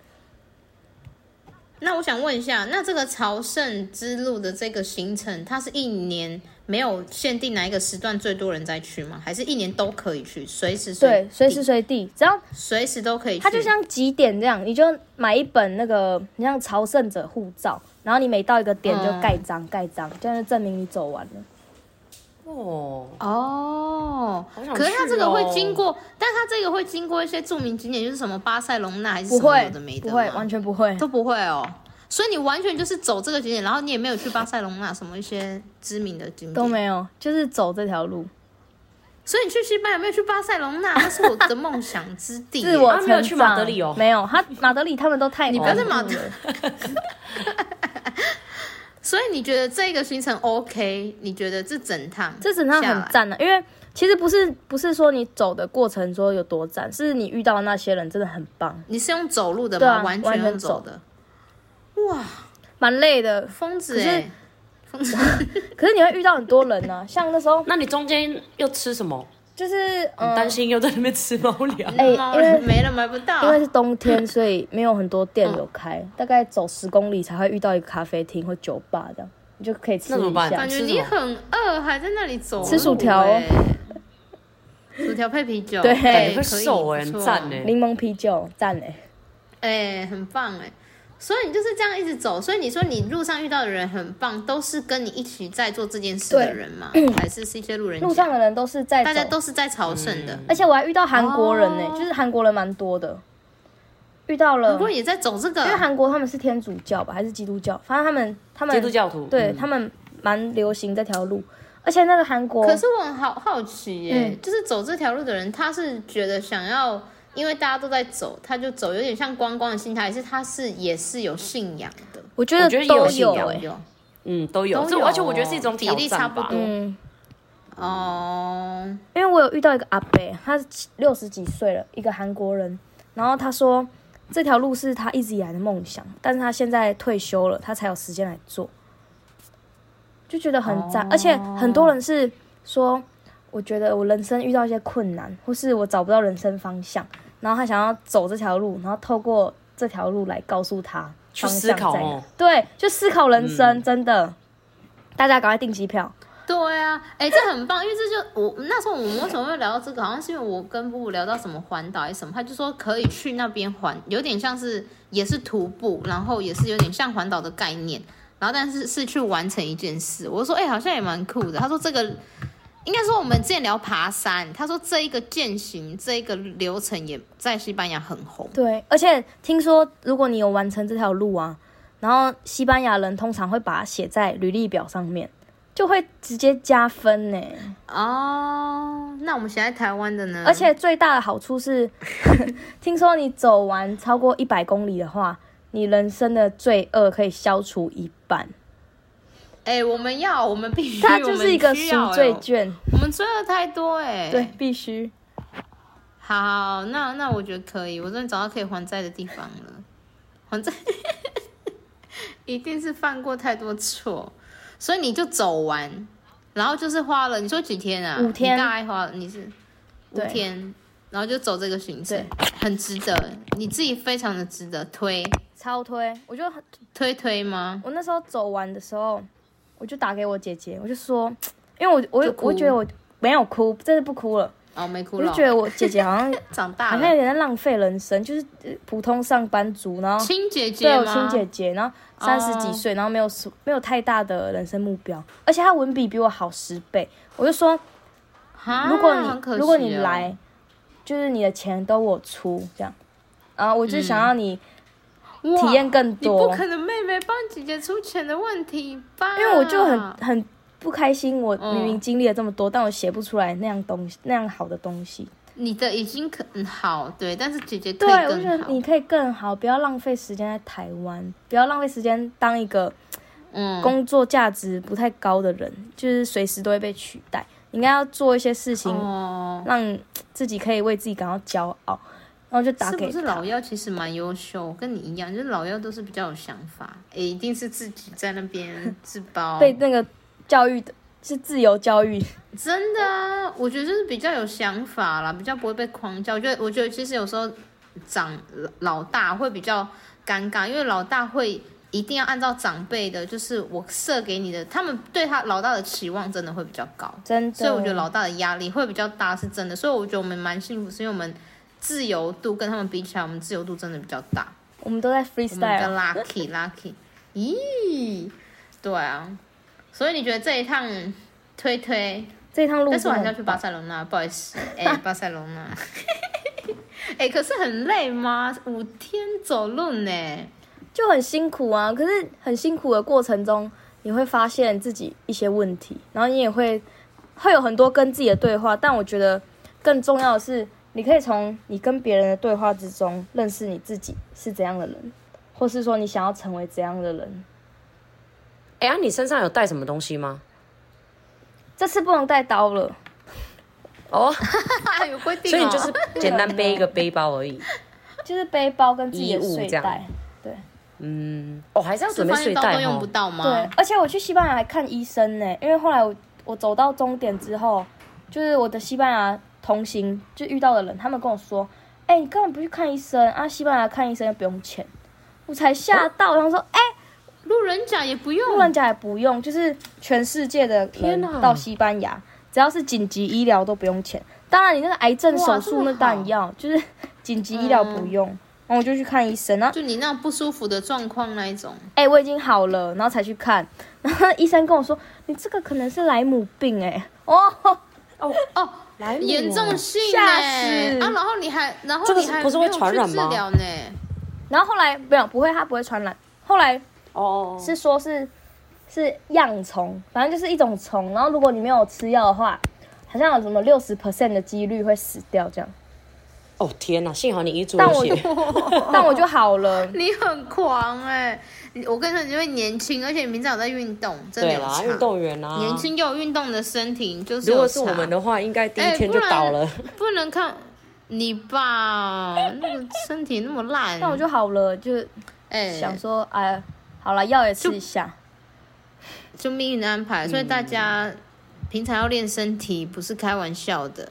[SPEAKER 2] 那我想问一下，那这个朝圣之路的这个行程，它是一年没有限定哪一个时段最多人在去吗？还是一年都可以去，随时随
[SPEAKER 3] 对，
[SPEAKER 2] 地
[SPEAKER 3] 随时随地，只要
[SPEAKER 2] 随时都可以去？
[SPEAKER 3] 它就像几点这样，你就买一本那个，你像朝圣者护照，然后你每到一个点就
[SPEAKER 2] 嗯
[SPEAKER 3] 盖章盖章，这样就证明你走完了。
[SPEAKER 1] 哦，
[SPEAKER 2] 哦
[SPEAKER 1] 好想去哦
[SPEAKER 2] 可是它这个会经过，但它这个会经过一些著名景点，就是什么巴塞隆纳还是
[SPEAKER 3] 不
[SPEAKER 2] 什么
[SPEAKER 3] 会
[SPEAKER 2] 有的没，的
[SPEAKER 3] 不
[SPEAKER 2] 吗
[SPEAKER 3] 会，完全不会。
[SPEAKER 2] 都不会哦。所以你完全就是走这个景点，然后你也没有去巴塞隆纳什么一些知名的景点
[SPEAKER 3] 都。没有，就是走这条路。
[SPEAKER 2] 所以你去西班牙没有去巴塞隆纳，那是我的梦想之
[SPEAKER 3] *laughs*
[SPEAKER 2] 地耶。
[SPEAKER 3] 自我
[SPEAKER 1] 啊
[SPEAKER 3] 成
[SPEAKER 1] 没有
[SPEAKER 3] 长。
[SPEAKER 1] 去马德里哦
[SPEAKER 3] 没有，他马德里他们都太
[SPEAKER 2] 你不要在马德
[SPEAKER 3] 忙碌了
[SPEAKER 2] 所以你觉得这个行程 OK？你觉得这整趟
[SPEAKER 3] 这整趟
[SPEAKER 2] 下来
[SPEAKER 3] 很赞的、啊因为其实不是不是说你走的过程说有多赞，是你遇到的那些人真的很棒，
[SPEAKER 2] 你是用走路的
[SPEAKER 3] 对
[SPEAKER 2] 吗？
[SPEAKER 3] 啊
[SPEAKER 2] 完
[SPEAKER 3] 完全
[SPEAKER 2] 用走的。哇，
[SPEAKER 3] 蛮累的。
[SPEAKER 2] 疯子
[SPEAKER 3] 可是
[SPEAKER 2] 哎、疯子！
[SPEAKER 3] 可是你会遇到很多
[SPEAKER 2] *laughs*
[SPEAKER 3] 人呢、像那时候
[SPEAKER 1] 那你中间又吃什么？
[SPEAKER 3] 就是嗯，
[SPEAKER 1] 很担心又在那边吃猫粮。
[SPEAKER 3] *laughs*
[SPEAKER 2] *laughs*
[SPEAKER 3] 哎
[SPEAKER 2] 猫
[SPEAKER 3] 因为
[SPEAKER 2] 人没了买不到，
[SPEAKER 3] 因为是
[SPEAKER 2] *laughs*
[SPEAKER 3] 冬天，所以没有很多店
[SPEAKER 2] 嗯
[SPEAKER 3] 有开，大概走十公里才会遇到一个咖啡厅或酒吧这样，你就可以吃
[SPEAKER 1] 那怎么
[SPEAKER 3] 一
[SPEAKER 1] 办
[SPEAKER 3] 下
[SPEAKER 2] 感。觉
[SPEAKER 1] 吃什么
[SPEAKER 2] 你很饿，还在那里走路
[SPEAKER 3] 吃薯条哦
[SPEAKER 2] 哎薯条配啤酒，
[SPEAKER 3] 对
[SPEAKER 1] 感
[SPEAKER 2] 哎
[SPEAKER 1] 觉会瘦哎、很赞哎、，
[SPEAKER 3] 柠檬啤酒赞哎、
[SPEAKER 2] 哎、很棒哎、所以你就是这样一直走，所以你说你路上遇到的人很棒，都是跟你一起在做这件事的
[SPEAKER 3] 对
[SPEAKER 2] 人
[SPEAKER 3] *clears throat*
[SPEAKER 2] 吗？还是是一些路人甲？
[SPEAKER 3] 路上的人都是在
[SPEAKER 2] 大家
[SPEAKER 3] 走，
[SPEAKER 2] 都是在朝圣的，
[SPEAKER 1] 嗯
[SPEAKER 3] 而且我还遇到韩国人呢、欸
[SPEAKER 2] 哦
[SPEAKER 3] 就是韩国人蛮多的，遇到了
[SPEAKER 2] 不过也在走这个，啊
[SPEAKER 3] 因为韩国他们是天主教吧，还是基督教？反正他们他们
[SPEAKER 1] 基督教徒
[SPEAKER 3] 对、
[SPEAKER 1] 嗯
[SPEAKER 3] 他们蛮流行这条路，而且那个韩国
[SPEAKER 2] 可是我很好好奇耶、
[SPEAKER 3] 嗯
[SPEAKER 2] 就是走这条路的人，他是觉得想要，因为大家都在走，他就走，有点像观光的心态，还是他是也是有信仰的？
[SPEAKER 3] 我觉得
[SPEAKER 1] 我觉得也有
[SPEAKER 3] 都
[SPEAKER 1] 信
[SPEAKER 3] 有
[SPEAKER 1] 仰
[SPEAKER 3] 哎、
[SPEAKER 2] 有
[SPEAKER 1] 嗯，都有。
[SPEAKER 2] 都
[SPEAKER 1] 这
[SPEAKER 2] 有
[SPEAKER 1] 而且我觉得是一种
[SPEAKER 2] 比
[SPEAKER 1] 挑
[SPEAKER 2] 例差
[SPEAKER 1] 战
[SPEAKER 2] 不
[SPEAKER 1] 吧。
[SPEAKER 2] 多
[SPEAKER 3] 嗯，
[SPEAKER 2] 哦，
[SPEAKER 3] 因为我有遇到一个阿伯，他六十几岁了，一个韩国人，然后他说这条路是他一直以来的梦想，但是他现在退休了，他才有时间来做，就觉得很赞，
[SPEAKER 2] 哦
[SPEAKER 3] 而且很多人是说，我觉得我人生遇到一些困难，或是我找不到人生方向，然后他想要走这条路，然后透过这条路来告诉他
[SPEAKER 1] 去
[SPEAKER 3] 方
[SPEAKER 1] 思
[SPEAKER 3] 向在
[SPEAKER 1] 考
[SPEAKER 3] 哪，
[SPEAKER 1] 哦嗯
[SPEAKER 3] 对，就思考人生，真的，大家赶快订机票，
[SPEAKER 2] 对啊，哎、这很棒，因为这就我那时候我们为什么会聊到这个，好像是因为我跟布布聊到什么环岛还是什么，他就说可以去那边环，有点像是也是徒步，然后也是有点像环岛的概念，然后但是是去完成一件事。我说哎、好像也蛮酷的。他说这个应该说我们之前聊爬山，他说这一个践行这一个流程也在西班牙很红。
[SPEAKER 3] 对，而且听说如果你有完成这条路啊，然后西班牙人通常会把它写在履历表上面，就会直接加分呢。
[SPEAKER 2] 嗯哦，那我们现在台湾的呢？
[SPEAKER 3] 而且最大的好处是，听说你走完超过一百公里的话，你人生的罪恶可以消除一半。
[SPEAKER 2] 哎、我们要，我们必须，
[SPEAKER 3] 它就是一个
[SPEAKER 2] 我们需要
[SPEAKER 3] 赎罪
[SPEAKER 2] 哎
[SPEAKER 3] 券，
[SPEAKER 2] 我们追了太多哎、
[SPEAKER 3] 对，必须。
[SPEAKER 2] 好，那那我觉得可以，我终于找到可以还债的地方了。 *laughs* 还债一定是犯过太多错，所以你就走完，然后就是花了，你说几天啊？
[SPEAKER 3] 五天
[SPEAKER 2] 你大概花了，你是五
[SPEAKER 3] 对
[SPEAKER 2] 天，然后就走这个行程
[SPEAKER 3] 对，
[SPEAKER 2] 很值得，你自己非常的值得推
[SPEAKER 3] 超推！我就
[SPEAKER 2] 推推吗？
[SPEAKER 3] 我那时候走完的时候，我就打给我姐姐，我就说，因为我我
[SPEAKER 2] 就
[SPEAKER 3] 我
[SPEAKER 2] 哭
[SPEAKER 3] 觉得我没有哭，真的不哭了。
[SPEAKER 2] 哦，没哭
[SPEAKER 3] 我
[SPEAKER 2] 了。
[SPEAKER 3] 就觉得我姐姐
[SPEAKER 2] *laughs*
[SPEAKER 3] 好像
[SPEAKER 2] 长大
[SPEAKER 3] 好
[SPEAKER 2] 了，
[SPEAKER 3] 像有点在浪费人生，就是呃普通上班族，然后
[SPEAKER 2] 亲姐
[SPEAKER 3] 对
[SPEAKER 2] 姐
[SPEAKER 3] 啊我
[SPEAKER 2] 吗？哦
[SPEAKER 3] 亲姐姐，然后三十几岁，然后没有什没有太大的人生目标，而且她文笔比我好十倍，我就说
[SPEAKER 2] 哈，
[SPEAKER 3] 如果你、
[SPEAKER 2] 很可惜哦
[SPEAKER 3] 如果你来，就是你的钱都我出这样，然后我就想要你
[SPEAKER 2] 嗯哇
[SPEAKER 3] 体验更
[SPEAKER 2] 你
[SPEAKER 3] 多，
[SPEAKER 2] 不可能妹妹帮姐姐出钱的问题吧？
[SPEAKER 3] 因为我就很很不开心，我
[SPEAKER 2] 啊嗯
[SPEAKER 3] 明明经历了这么多，但我写不出来那样东西那样好的东西。
[SPEAKER 2] 你的已经可嗯好，对，但是姐姐可
[SPEAKER 3] 对，
[SPEAKER 2] 以
[SPEAKER 3] 我就觉
[SPEAKER 2] 更
[SPEAKER 3] 得
[SPEAKER 2] 好。
[SPEAKER 3] 你可以更好，不要浪费时间在台湾，不要浪费时间当一个
[SPEAKER 2] 嗯，
[SPEAKER 3] 工作价值不太高的人，就是随时都会被取代。你应该要做一些事情，
[SPEAKER 2] 哦，
[SPEAKER 3] 让自己可以为自己感到骄傲。然后就打
[SPEAKER 2] 是
[SPEAKER 3] 给
[SPEAKER 2] 不是
[SPEAKER 3] 他
[SPEAKER 2] 老幺其实蛮优秀？跟你一样，就是老幺都是比较有想法，诶，一定是自己在那边自包。
[SPEAKER 3] *laughs* *laughs* 被那个教育的是自由教育，
[SPEAKER 2] 真的啊，我觉得就是比较有想法啦，比较不会被框架。我觉得，我觉得其实有时候长老大会比较尴尬，因为老大会一定要按照长辈的，就是我设给你的，他们对他老大的期望真的会比较高。
[SPEAKER 3] 真的。
[SPEAKER 2] 所以我觉得老大的压力会比较大，是真的。所以我觉得我们蛮幸福，是因为我们自由度跟他们比起来，我们自由度真的比较大，
[SPEAKER 3] 我们都在
[SPEAKER 2] 我们比较
[SPEAKER 3] freestyle，
[SPEAKER 2] lucky lucky。咦，对啊，所以你觉得这一趟推推，
[SPEAKER 3] 这一趟路
[SPEAKER 2] 但是
[SPEAKER 3] 真
[SPEAKER 2] 我
[SPEAKER 3] 的
[SPEAKER 2] 还
[SPEAKER 3] 很
[SPEAKER 2] 是要去巴塞隆纳，不好意思，哎、 *laughs* 巴塞隆纳，哎、可是很累吗？五天走路呢？
[SPEAKER 1] 哎
[SPEAKER 3] 就很辛苦啊。可是很辛苦的过程中，你会发现自己一些问题，然后你也会会有很多跟自己的对话。但我觉得更重要的是，你可以从你跟别人的对话之中认识你自己是怎样的人，或是说你想要成为怎样的人。
[SPEAKER 1] 哎、啊，你身上有带什么东西吗？
[SPEAKER 3] 这次不能带刀了，
[SPEAKER 1] *laughs* 哦，
[SPEAKER 2] 啊，有规定、哦，
[SPEAKER 1] 所以你就是简单背一个背包而已。
[SPEAKER 3] 就是背包跟自己
[SPEAKER 1] 衣
[SPEAKER 3] 的
[SPEAKER 1] 物
[SPEAKER 3] 睡
[SPEAKER 1] 这样
[SPEAKER 3] 袋。对
[SPEAKER 1] 嗯， *laughs* 哦，还是要
[SPEAKER 2] 是
[SPEAKER 1] 准备
[SPEAKER 2] 发现
[SPEAKER 1] 睡
[SPEAKER 2] 刀
[SPEAKER 1] 袋
[SPEAKER 2] 都用不
[SPEAKER 1] 哦。
[SPEAKER 2] 到吗？
[SPEAKER 3] 对，而且我去西班牙还看医生呢，因为后来我我走到终点之后，就是我的西班牙同行就遇到的人，他们跟我说，哎、你根本不去看医生啊，西班牙看医生又不用钱，我才吓到，然后说，哎、
[SPEAKER 2] 路人甲也不用，
[SPEAKER 3] 不然讲也不用，就是全世界的
[SPEAKER 1] 天
[SPEAKER 3] 人
[SPEAKER 1] 哪
[SPEAKER 3] 到西班牙，只要是紧急医疗都不用钱，当然你那个癌症手
[SPEAKER 2] 哇
[SPEAKER 3] 术
[SPEAKER 2] 这么
[SPEAKER 3] 那
[SPEAKER 2] 好
[SPEAKER 3] 当然要，就是紧急医疗不用，然后我就去看医生，啊然后
[SPEAKER 2] 就你那不舒服的状况那一种，
[SPEAKER 3] 哎、我已经好了，然后才去看，然后医生跟我说，你这个可能是莱姆病、哎，哦， *laughs*
[SPEAKER 2] 哦，
[SPEAKER 1] 来
[SPEAKER 2] 严重性
[SPEAKER 3] 吓
[SPEAKER 2] 欸
[SPEAKER 3] 死
[SPEAKER 2] 啊，然后你还，然后
[SPEAKER 1] 这个
[SPEAKER 2] 你
[SPEAKER 1] 是
[SPEAKER 2] 还
[SPEAKER 1] 不是会
[SPEAKER 2] 没有
[SPEAKER 1] 传染
[SPEAKER 2] 去
[SPEAKER 1] 吗
[SPEAKER 2] 治疗呢？
[SPEAKER 3] 然后后来没有，不会，它不会传染。后来
[SPEAKER 1] 哦，
[SPEAKER 3] 是说是是恙虫，反正就是一种虫，然后如果你没有吃药的话，好像有什么六十 percent 的几率会死掉这样，
[SPEAKER 1] 哦天哪，幸好你一出
[SPEAKER 3] 但
[SPEAKER 1] 了
[SPEAKER 3] 我
[SPEAKER 1] 血。
[SPEAKER 3] *laughs* 但我就好了。
[SPEAKER 2] 你很狂哎、你我跟你说，你因为年轻，而且你平常有在运动，真的
[SPEAKER 1] 对
[SPEAKER 2] 有
[SPEAKER 1] 啦，
[SPEAKER 2] 差。
[SPEAKER 1] 运动员啊，
[SPEAKER 2] 年轻又有运动的身体，就是
[SPEAKER 1] 如
[SPEAKER 2] 有
[SPEAKER 1] 果是
[SPEAKER 2] 差
[SPEAKER 1] 我们的话，应该第一
[SPEAKER 2] 哎
[SPEAKER 1] 天
[SPEAKER 2] 不
[SPEAKER 1] 就
[SPEAKER 2] 然
[SPEAKER 1] 倒了。
[SPEAKER 2] *laughs*
[SPEAKER 1] *laughs*
[SPEAKER 2] 不能看你吧，那个身体那么烂。
[SPEAKER 3] 但我就好了，就
[SPEAKER 2] 哎、
[SPEAKER 3] 想说，哎、好了，药也吃一下。
[SPEAKER 2] 就命运的安排，所以大家平常要练身体，不是开玩笑的。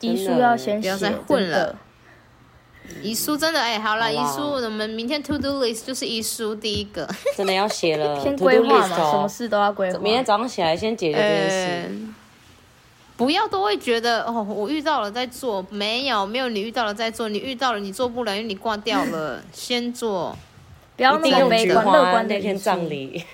[SPEAKER 3] 遗书
[SPEAKER 1] 真的
[SPEAKER 3] 要先
[SPEAKER 2] 不
[SPEAKER 3] 写，
[SPEAKER 2] 要再混
[SPEAKER 3] 真的
[SPEAKER 2] 了。遗书真的哎、好了，
[SPEAKER 1] 好
[SPEAKER 2] 遗
[SPEAKER 1] 啦
[SPEAKER 2] 书我们明天 to do list 就是遗书第一
[SPEAKER 1] *laughs*
[SPEAKER 2] 个。
[SPEAKER 1] 真的要写
[SPEAKER 2] *laughs*
[SPEAKER 1] 了，
[SPEAKER 3] 先
[SPEAKER 1] to do
[SPEAKER 3] 规划
[SPEAKER 1] list
[SPEAKER 3] 嘛，
[SPEAKER 1] 哦
[SPEAKER 3] 什么事都要规划。
[SPEAKER 1] 明天早上起来先解决这件事。
[SPEAKER 2] 嗯不要都会觉得哦，我遇到了再做，没有没有你遇到了再做，你遇到了你做不了，因为你挂掉
[SPEAKER 1] *laughs*
[SPEAKER 2] 了，先做。
[SPEAKER 3] 不
[SPEAKER 2] 哎
[SPEAKER 3] 要
[SPEAKER 1] 一
[SPEAKER 3] 那
[SPEAKER 1] 定
[SPEAKER 3] 么
[SPEAKER 1] 用
[SPEAKER 3] 悲
[SPEAKER 1] 菊
[SPEAKER 3] 观，
[SPEAKER 1] 花
[SPEAKER 3] 乐观的
[SPEAKER 1] 那天
[SPEAKER 3] 因素
[SPEAKER 1] 葬礼，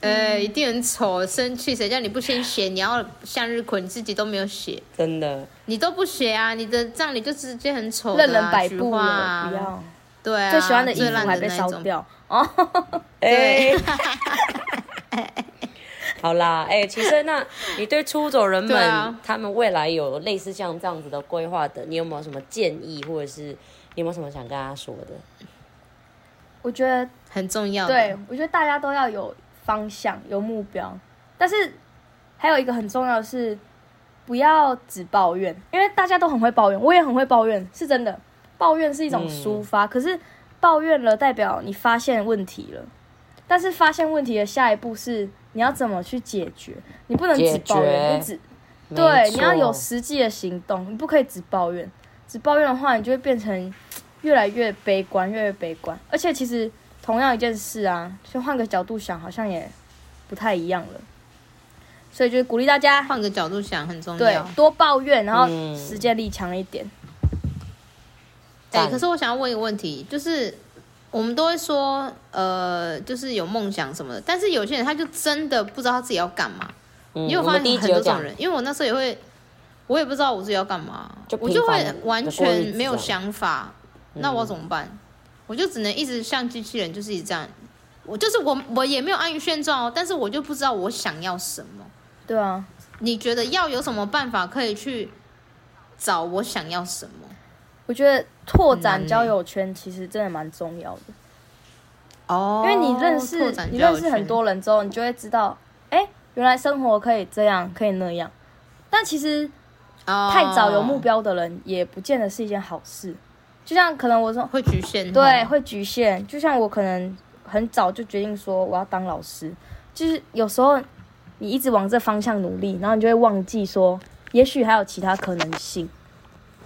[SPEAKER 2] 呃，一定很丑，生气，谁叫你不先写？你要向日葵，你自己都没有写，
[SPEAKER 1] 真
[SPEAKER 2] *laughs*
[SPEAKER 1] 的
[SPEAKER 2] 你都不写啊！你的葬礼就直接很丑的啊、
[SPEAKER 3] 任人摆
[SPEAKER 2] 菊
[SPEAKER 3] 布
[SPEAKER 2] 花
[SPEAKER 3] 了，
[SPEAKER 2] 啊
[SPEAKER 3] 不要。
[SPEAKER 2] 对啊，
[SPEAKER 3] 最喜欢的衣
[SPEAKER 2] 最
[SPEAKER 3] 服
[SPEAKER 2] 烂
[SPEAKER 3] 还被
[SPEAKER 2] 那
[SPEAKER 3] 烧
[SPEAKER 2] 种
[SPEAKER 3] 掉哦。
[SPEAKER 1] 哎。好啦，哎、其实那你对出走人
[SPEAKER 2] 对
[SPEAKER 1] 们、
[SPEAKER 2] 啊
[SPEAKER 1] 他们未来有类似像这样子的规划的，你有没有什么建议，或者是你有没有什么想跟他说的？
[SPEAKER 3] *laughs* 我觉得，
[SPEAKER 2] *laughs* 很重要的。
[SPEAKER 3] 对我觉得大家都要有方向、有目标，但是还有一个很重要的是，不要只抱怨，因为大家都很会抱怨，我也很会抱怨，是真的。抱怨是一
[SPEAKER 2] 嗯
[SPEAKER 3] 种抒发，可是抱怨了代表你发现问题了，但是发现问题的下一步是你要怎么去解决，你不能只
[SPEAKER 1] 解
[SPEAKER 3] 抱怨，
[SPEAKER 1] 决
[SPEAKER 3] 你只
[SPEAKER 1] 没
[SPEAKER 3] 对，
[SPEAKER 1] 错
[SPEAKER 3] 你要有实际的行动，你不可以只抱怨。只抱怨的话，你就会变成越来越悲观，越来越悲观。而且其实同样一件事啊，就换个角度想，好像也不太一样了。所以就是鼓励大家
[SPEAKER 2] 换个角度想很重
[SPEAKER 3] 对
[SPEAKER 2] 嗯要。
[SPEAKER 3] 多抱怨，然后
[SPEAKER 1] 嗯
[SPEAKER 3] 实践力强一点。
[SPEAKER 2] 哎、
[SPEAKER 1] 赞
[SPEAKER 2] 可是我想要问一个问题，就是我们都会说，呃，就是有梦想什么的，但是有些人他就真的不知道他自己要干嘛。
[SPEAKER 1] 嗯
[SPEAKER 2] 你有
[SPEAKER 1] 我
[SPEAKER 2] 发
[SPEAKER 1] 们
[SPEAKER 2] 现
[SPEAKER 1] 第一
[SPEAKER 2] 很
[SPEAKER 1] 集
[SPEAKER 2] 多
[SPEAKER 1] 有
[SPEAKER 2] 这种
[SPEAKER 1] 讲，
[SPEAKER 2] 人，因为我那时候也会，我也不知道我自己要干嘛，
[SPEAKER 1] 就
[SPEAKER 2] 我
[SPEAKER 1] 平
[SPEAKER 2] 就
[SPEAKER 1] 凡
[SPEAKER 2] 会
[SPEAKER 1] 地
[SPEAKER 2] 完
[SPEAKER 1] 过日
[SPEAKER 2] 全
[SPEAKER 1] 子
[SPEAKER 2] 没
[SPEAKER 1] 这
[SPEAKER 2] 有
[SPEAKER 1] 样
[SPEAKER 2] 想法，那我要怎么办？我就只能一直像机器人，就是一直这样。我就是我，我也没有安于现状哦，但是我就不知道我想要什么。
[SPEAKER 3] 对啊，
[SPEAKER 2] 你觉得要有什么办法可以去找我想要什么？
[SPEAKER 3] 我觉得拓
[SPEAKER 2] 很难
[SPEAKER 3] 展
[SPEAKER 2] 欸
[SPEAKER 3] 交友圈其实真的蛮重要的，
[SPEAKER 2] 哦
[SPEAKER 3] 因为你认识你认识很多人之后，你就会知道，哎、原来生活可以这样，可以那样。但其实
[SPEAKER 2] 哦啊
[SPEAKER 3] 太早有目、标的人，也不见得是一件好事。就像可能我说
[SPEAKER 2] 哦，会局限。
[SPEAKER 3] 对，，会局限。就像我可能很早就决定说我要当老师，就是有时候你一直往这方向努力，然后你就会忘记说，也许还有其他可能性。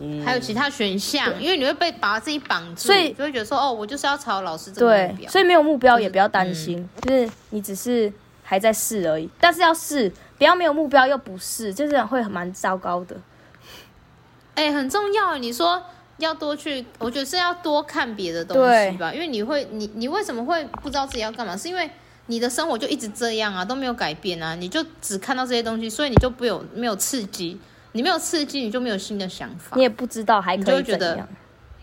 [SPEAKER 1] 嗯
[SPEAKER 2] 还有其他选项，因为你会被把自己绑住，
[SPEAKER 3] 所以
[SPEAKER 2] 就会觉得说，哦，我就是要朝老师这个
[SPEAKER 3] 对
[SPEAKER 2] 目，标。
[SPEAKER 3] 所以没有目标
[SPEAKER 2] 就是
[SPEAKER 3] 也不要担心，
[SPEAKER 2] 嗯
[SPEAKER 3] 就是你只是还在试而已。但是要试，不要没有目标又不试，就是会蛮糟糕的。
[SPEAKER 2] 啊哎、很重要。你说要多去，我觉得是要多看别的东西吧，因为你会，你你为什么会不知道自己要干嘛？是因为你的生活就一直这样啊，都没有改变啊，你就只看到这些东西，所以你就不有没有刺激，你没有刺激，你就没有新的想法
[SPEAKER 3] 你。也不知道还
[SPEAKER 2] 你
[SPEAKER 3] 可
[SPEAKER 2] 就
[SPEAKER 3] 以
[SPEAKER 2] 会觉
[SPEAKER 3] 怎
[SPEAKER 2] 得
[SPEAKER 3] 样。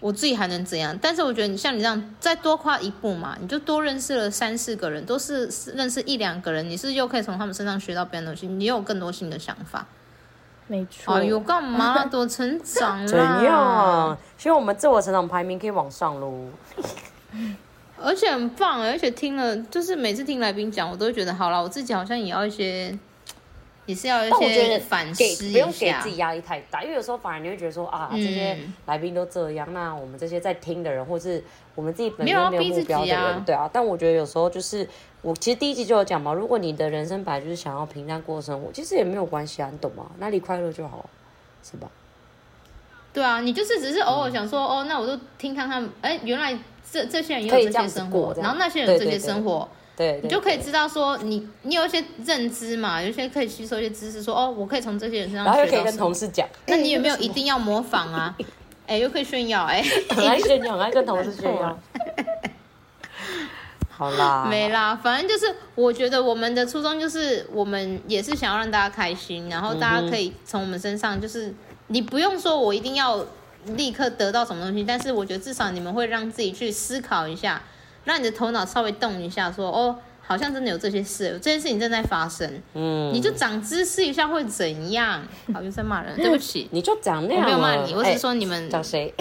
[SPEAKER 2] 我自己还能怎样？但是我觉得你像你这样再多跨一步嘛，你就多认识了三四个人，都是认识一两个人，你是又可以从他们身上学到别的东西，你有更多新的想法。
[SPEAKER 3] 没错，
[SPEAKER 2] 哎呦，干嘛啦多成长
[SPEAKER 3] *laughs*
[SPEAKER 2] 啦？
[SPEAKER 1] 怎
[SPEAKER 2] 啊
[SPEAKER 1] 样？嗯希望我们自我成长排名可以往上喽。
[SPEAKER 2] 而且很棒，而且听了就是每次听来宾讲，我都会觉得好啦，我自己好像也要一些，也是要一
[SPEAKER 1] 但我觉
[SPEAKER 2] 些
[SPEAKER 1] 得
[SPEAKER 2] 反思
[SPEAKER 1] 给
[SPEAKER 2] 一
[SPEAKER 1] 不用给
[SPEAKER 2] 下
[SPEAKER 1] 自。己压力太大，因为有时候反而你会觉得说啊，
[SPEAKER 2] 嗯
[SPEAKER 1] 这些来宾都这样，那我们这些在听的人，或是我们自己本
[SPEAKER 2] 没有要
[SPEAKER 1] 身没有
[SPEAKER 2] 逼自
[SPEAKER 1] 目标的
[SPEAKER 2] 己
[SPEAKER 1] 人，
[SPEAKER 2] 啊
[SPEAKER 1] 对啊。但我觉得有时候就是我其实第一集就有讲嘛，如果你的人生本来就是想要平淡过生活，其实也没有关系啊，你懂吗？哪里快乐就好，是吧？
[SPEAKER 2] 对啊，你就是只是偶尔想说，哦，那我就听看看，哎，原来这这些人也
[SPEAKER 1] 嗯可以
[SPEAKER 2] 有
[SPEAKER 1] 这
[SPEAKER 2] 这些
[SPEAKER 1] 样子
[SPEAKER 2] 生
[SPEAKER 1] 过
[SPEAKER 2] 活，
[SPEAKER 1] 这
[SPEAKER 2] 然
[SPEAKER 1] 样
[SPEAKER 2] 后那些人有
[SPEAKER 1] 对
[SPEAKER 2] 这
[SPEAKER 1] 对
[SPEAKER 2] 些
[SPEAKER 1] 对
[SPEAKER 2] 生活，
[SPEAKER 1] 对，对
[SPEAKER 2] 你就可以
[SPEAKER 1] 对
[SPEAKER 2] 知道说，你你有一些认知嘛，有一些可以吸收一些知识说，哦，我可以从这些人身上
[SPEAKER 1] 然后又
[SPEAKER 2] 学
[SPEAKER 1] 可以
[SPEAKER 2] 到
[SPEAKER 1] 跟
[SPEAKER 2] 什么。
[SPEAKER 1] 同事讲，
[SPEAKER 2] 那你有没有一定要模
[SPEAKER 1] *laughs*
[SPEAKER 2] 仿啊？哎，又可以炫耀哎，
[SPEAKER 1] 很爱炫耀，很爱跟同事炫耀。好啦，
[SPEAKER 2] 没啦，反正就是我觉得我们的初衷就是，我们也是想要让大家开心，然后大家可以从我们身上，就是你不用说我一定要立刻得到什么东西，但是我觉得至少你们会让自己去思考一下，让你的头脑稍微动一下说哦，好像真的有这些事，这件事情正在发生，
[SPEAKER 1] 嗯，
[SPEAKER 2] 你就长知识一下会怎样？好，又在骂人，对不起。
[SPEAKER 1] 你就讲那
[SPEAKER 2] 我
[SPEAKER 1] 样
[SPEAKER 2] 没有骂
[SPEAKER 1] 了
[SPEAKER 2] 你，我只是
[SPEAKER 1] 哎
[SPEAKER 2] 说
[SPEAKER 1] *laughs*
[SPEAKER 2] 你们，
[SPEAKER 1] 讲谁？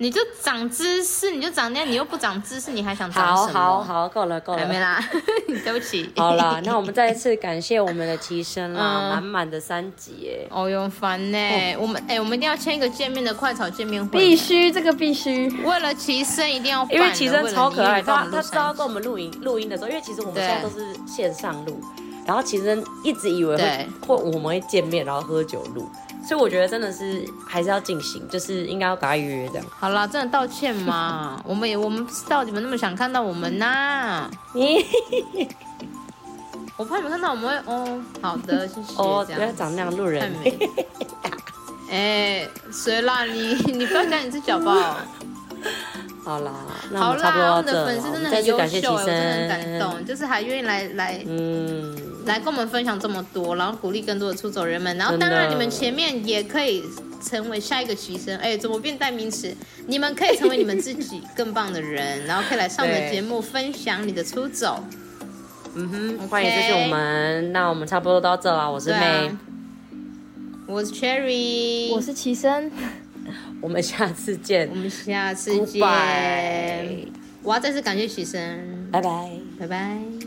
[SPEAKER 2] 你就长知识，你就长那样，你又不长知识，你还想长
[SPEAKER 1] 好
[SPEAKER 2] 什么？
[SPEAKER 1] 好好，够了够
[SPEAKER 2] 还
[SPEAKER 1] 了
[SPEAKER 2] 没。啦， *laughs* 对不 *laughs* 起。
[SPEAKER 1] 好啦，那我们再一次感谢我们的提升啦，
[SPEAKER 2] 嗯
[SPEAKER 1] 满满的三集耶。
[SPEAKER 2] 哦哟，烦呢、
[SPEAKER 1] 哦
[SPEAKER 2] 我们哎、我们一定要签一个见面的快炒见面会，
[SPEAKER 3] 必须这个必须。
[SPEAKER 2] 为了齐生一定要办的，
[SPEAKER 1] 因为其实
[SPEAKER 2] 为了
[SPEAKER 1] 超可爱，
[SPEAKER 2] 你因为我
[SPEAKER 1] 他
[SPEAKER 2] 们
[SPEAKER 1] 他
[SPEAKER 2] 都
[SPEAKER 1] 知道
[SPEAKER 2] 三
[SPEAKER 1] 跟我们录音录音的时候，因为其实我们
[SPEAKER 2] 对
[SPEAKER 1] 现在都是线上录，然后其实一直以为会
[SPEAKER 2] 对
[SPEAKER 1] 会我们会见面，然后喝酒录，所以我觉得真的是还是要进行，就是应该要赶快约约这样。
[SPEAKER 2] 好啦，真的道歉嘛， *laughs* 我们也我们不知道你们那么想看到我们呐、
[SPEAKER 1] 咦，
[SPEAKER 2] 我怕你们看到我们会哦，好的，谢谢，
[SPEAKER 1] *laughs* 哦，
[SPEAKER 2] 这
[SPEAKER 1] 不要
[SPEAKER 2] 样
[SPEAKER 1] 长那样路
[SPEAKER 2] 太
[SPEAKER 1] 人。
[SPEAKER 2] 美。哎、谁啦你？ *laughs* 你不要讲你自己好不好？
[SPEAKER 1] *laughs* 好啦， *laughs* 那我
[SPEAKER 2] 好
[SPEAKER 1] 们差不多
[SPEAKER 2] 啦，
[SPEAKER 1] 到
[SPEAKER 2] 我们
[SPEAKER 1] 这
[SPEAKER 2] 的
[SPEAKER 1] 了
[SPEAKER 2] 粉丝
[SPEAKER 1] 我
[SPEAKER 2] 真的
[SPEAKER 1] 们再
[SPEAKER 2] 很
[SPEAKER 1] 次
[SPEAKER 2] 优
[SPEAKER 1] 感谢提
[SPEAKER 2] 秀、哎，我真的很感
[SPEAKER 1] 升。
[SPEAKER 2] 动，就是还愿意来来
[SPEAKER 1] 嗯，
[SPEAKER 2] 来跟我们分享这么多，然后鼓励更多的出走人们。然后
[SPEAKER 1] 真的
[SPEAKER 2] 当然，你们前面也可以成为下一个齐生，哎，怎么变代名词？你们可以成为你们自己更棒的人，然后可以来上我们的
[SPEAKER 1] 对
[SPEAKER 2] 节目分享你的出走。
[SPEAKER 1] 嗯哼，
[SPEAKER 2] OK
[SPEAKER 1] 欢迎支持我们。那我们差不多到这啦，我是
[SPEAKER 2] 对
[SPEAKER 1] 妹
[SPEAKER 2] 啊，，我是 Cherry，
[SPEAKER 3] 我是齐生，
[SPEAKER 1] 我们下次见
[SPEAKER 2] 我，们下次见。
[SPEAKER 1] Goodbye，
[SPEAKER 2] 我要再次感谢齐生，
[SPEAKER 1] 拜拜。
[SPEAKER 2] 拜拜。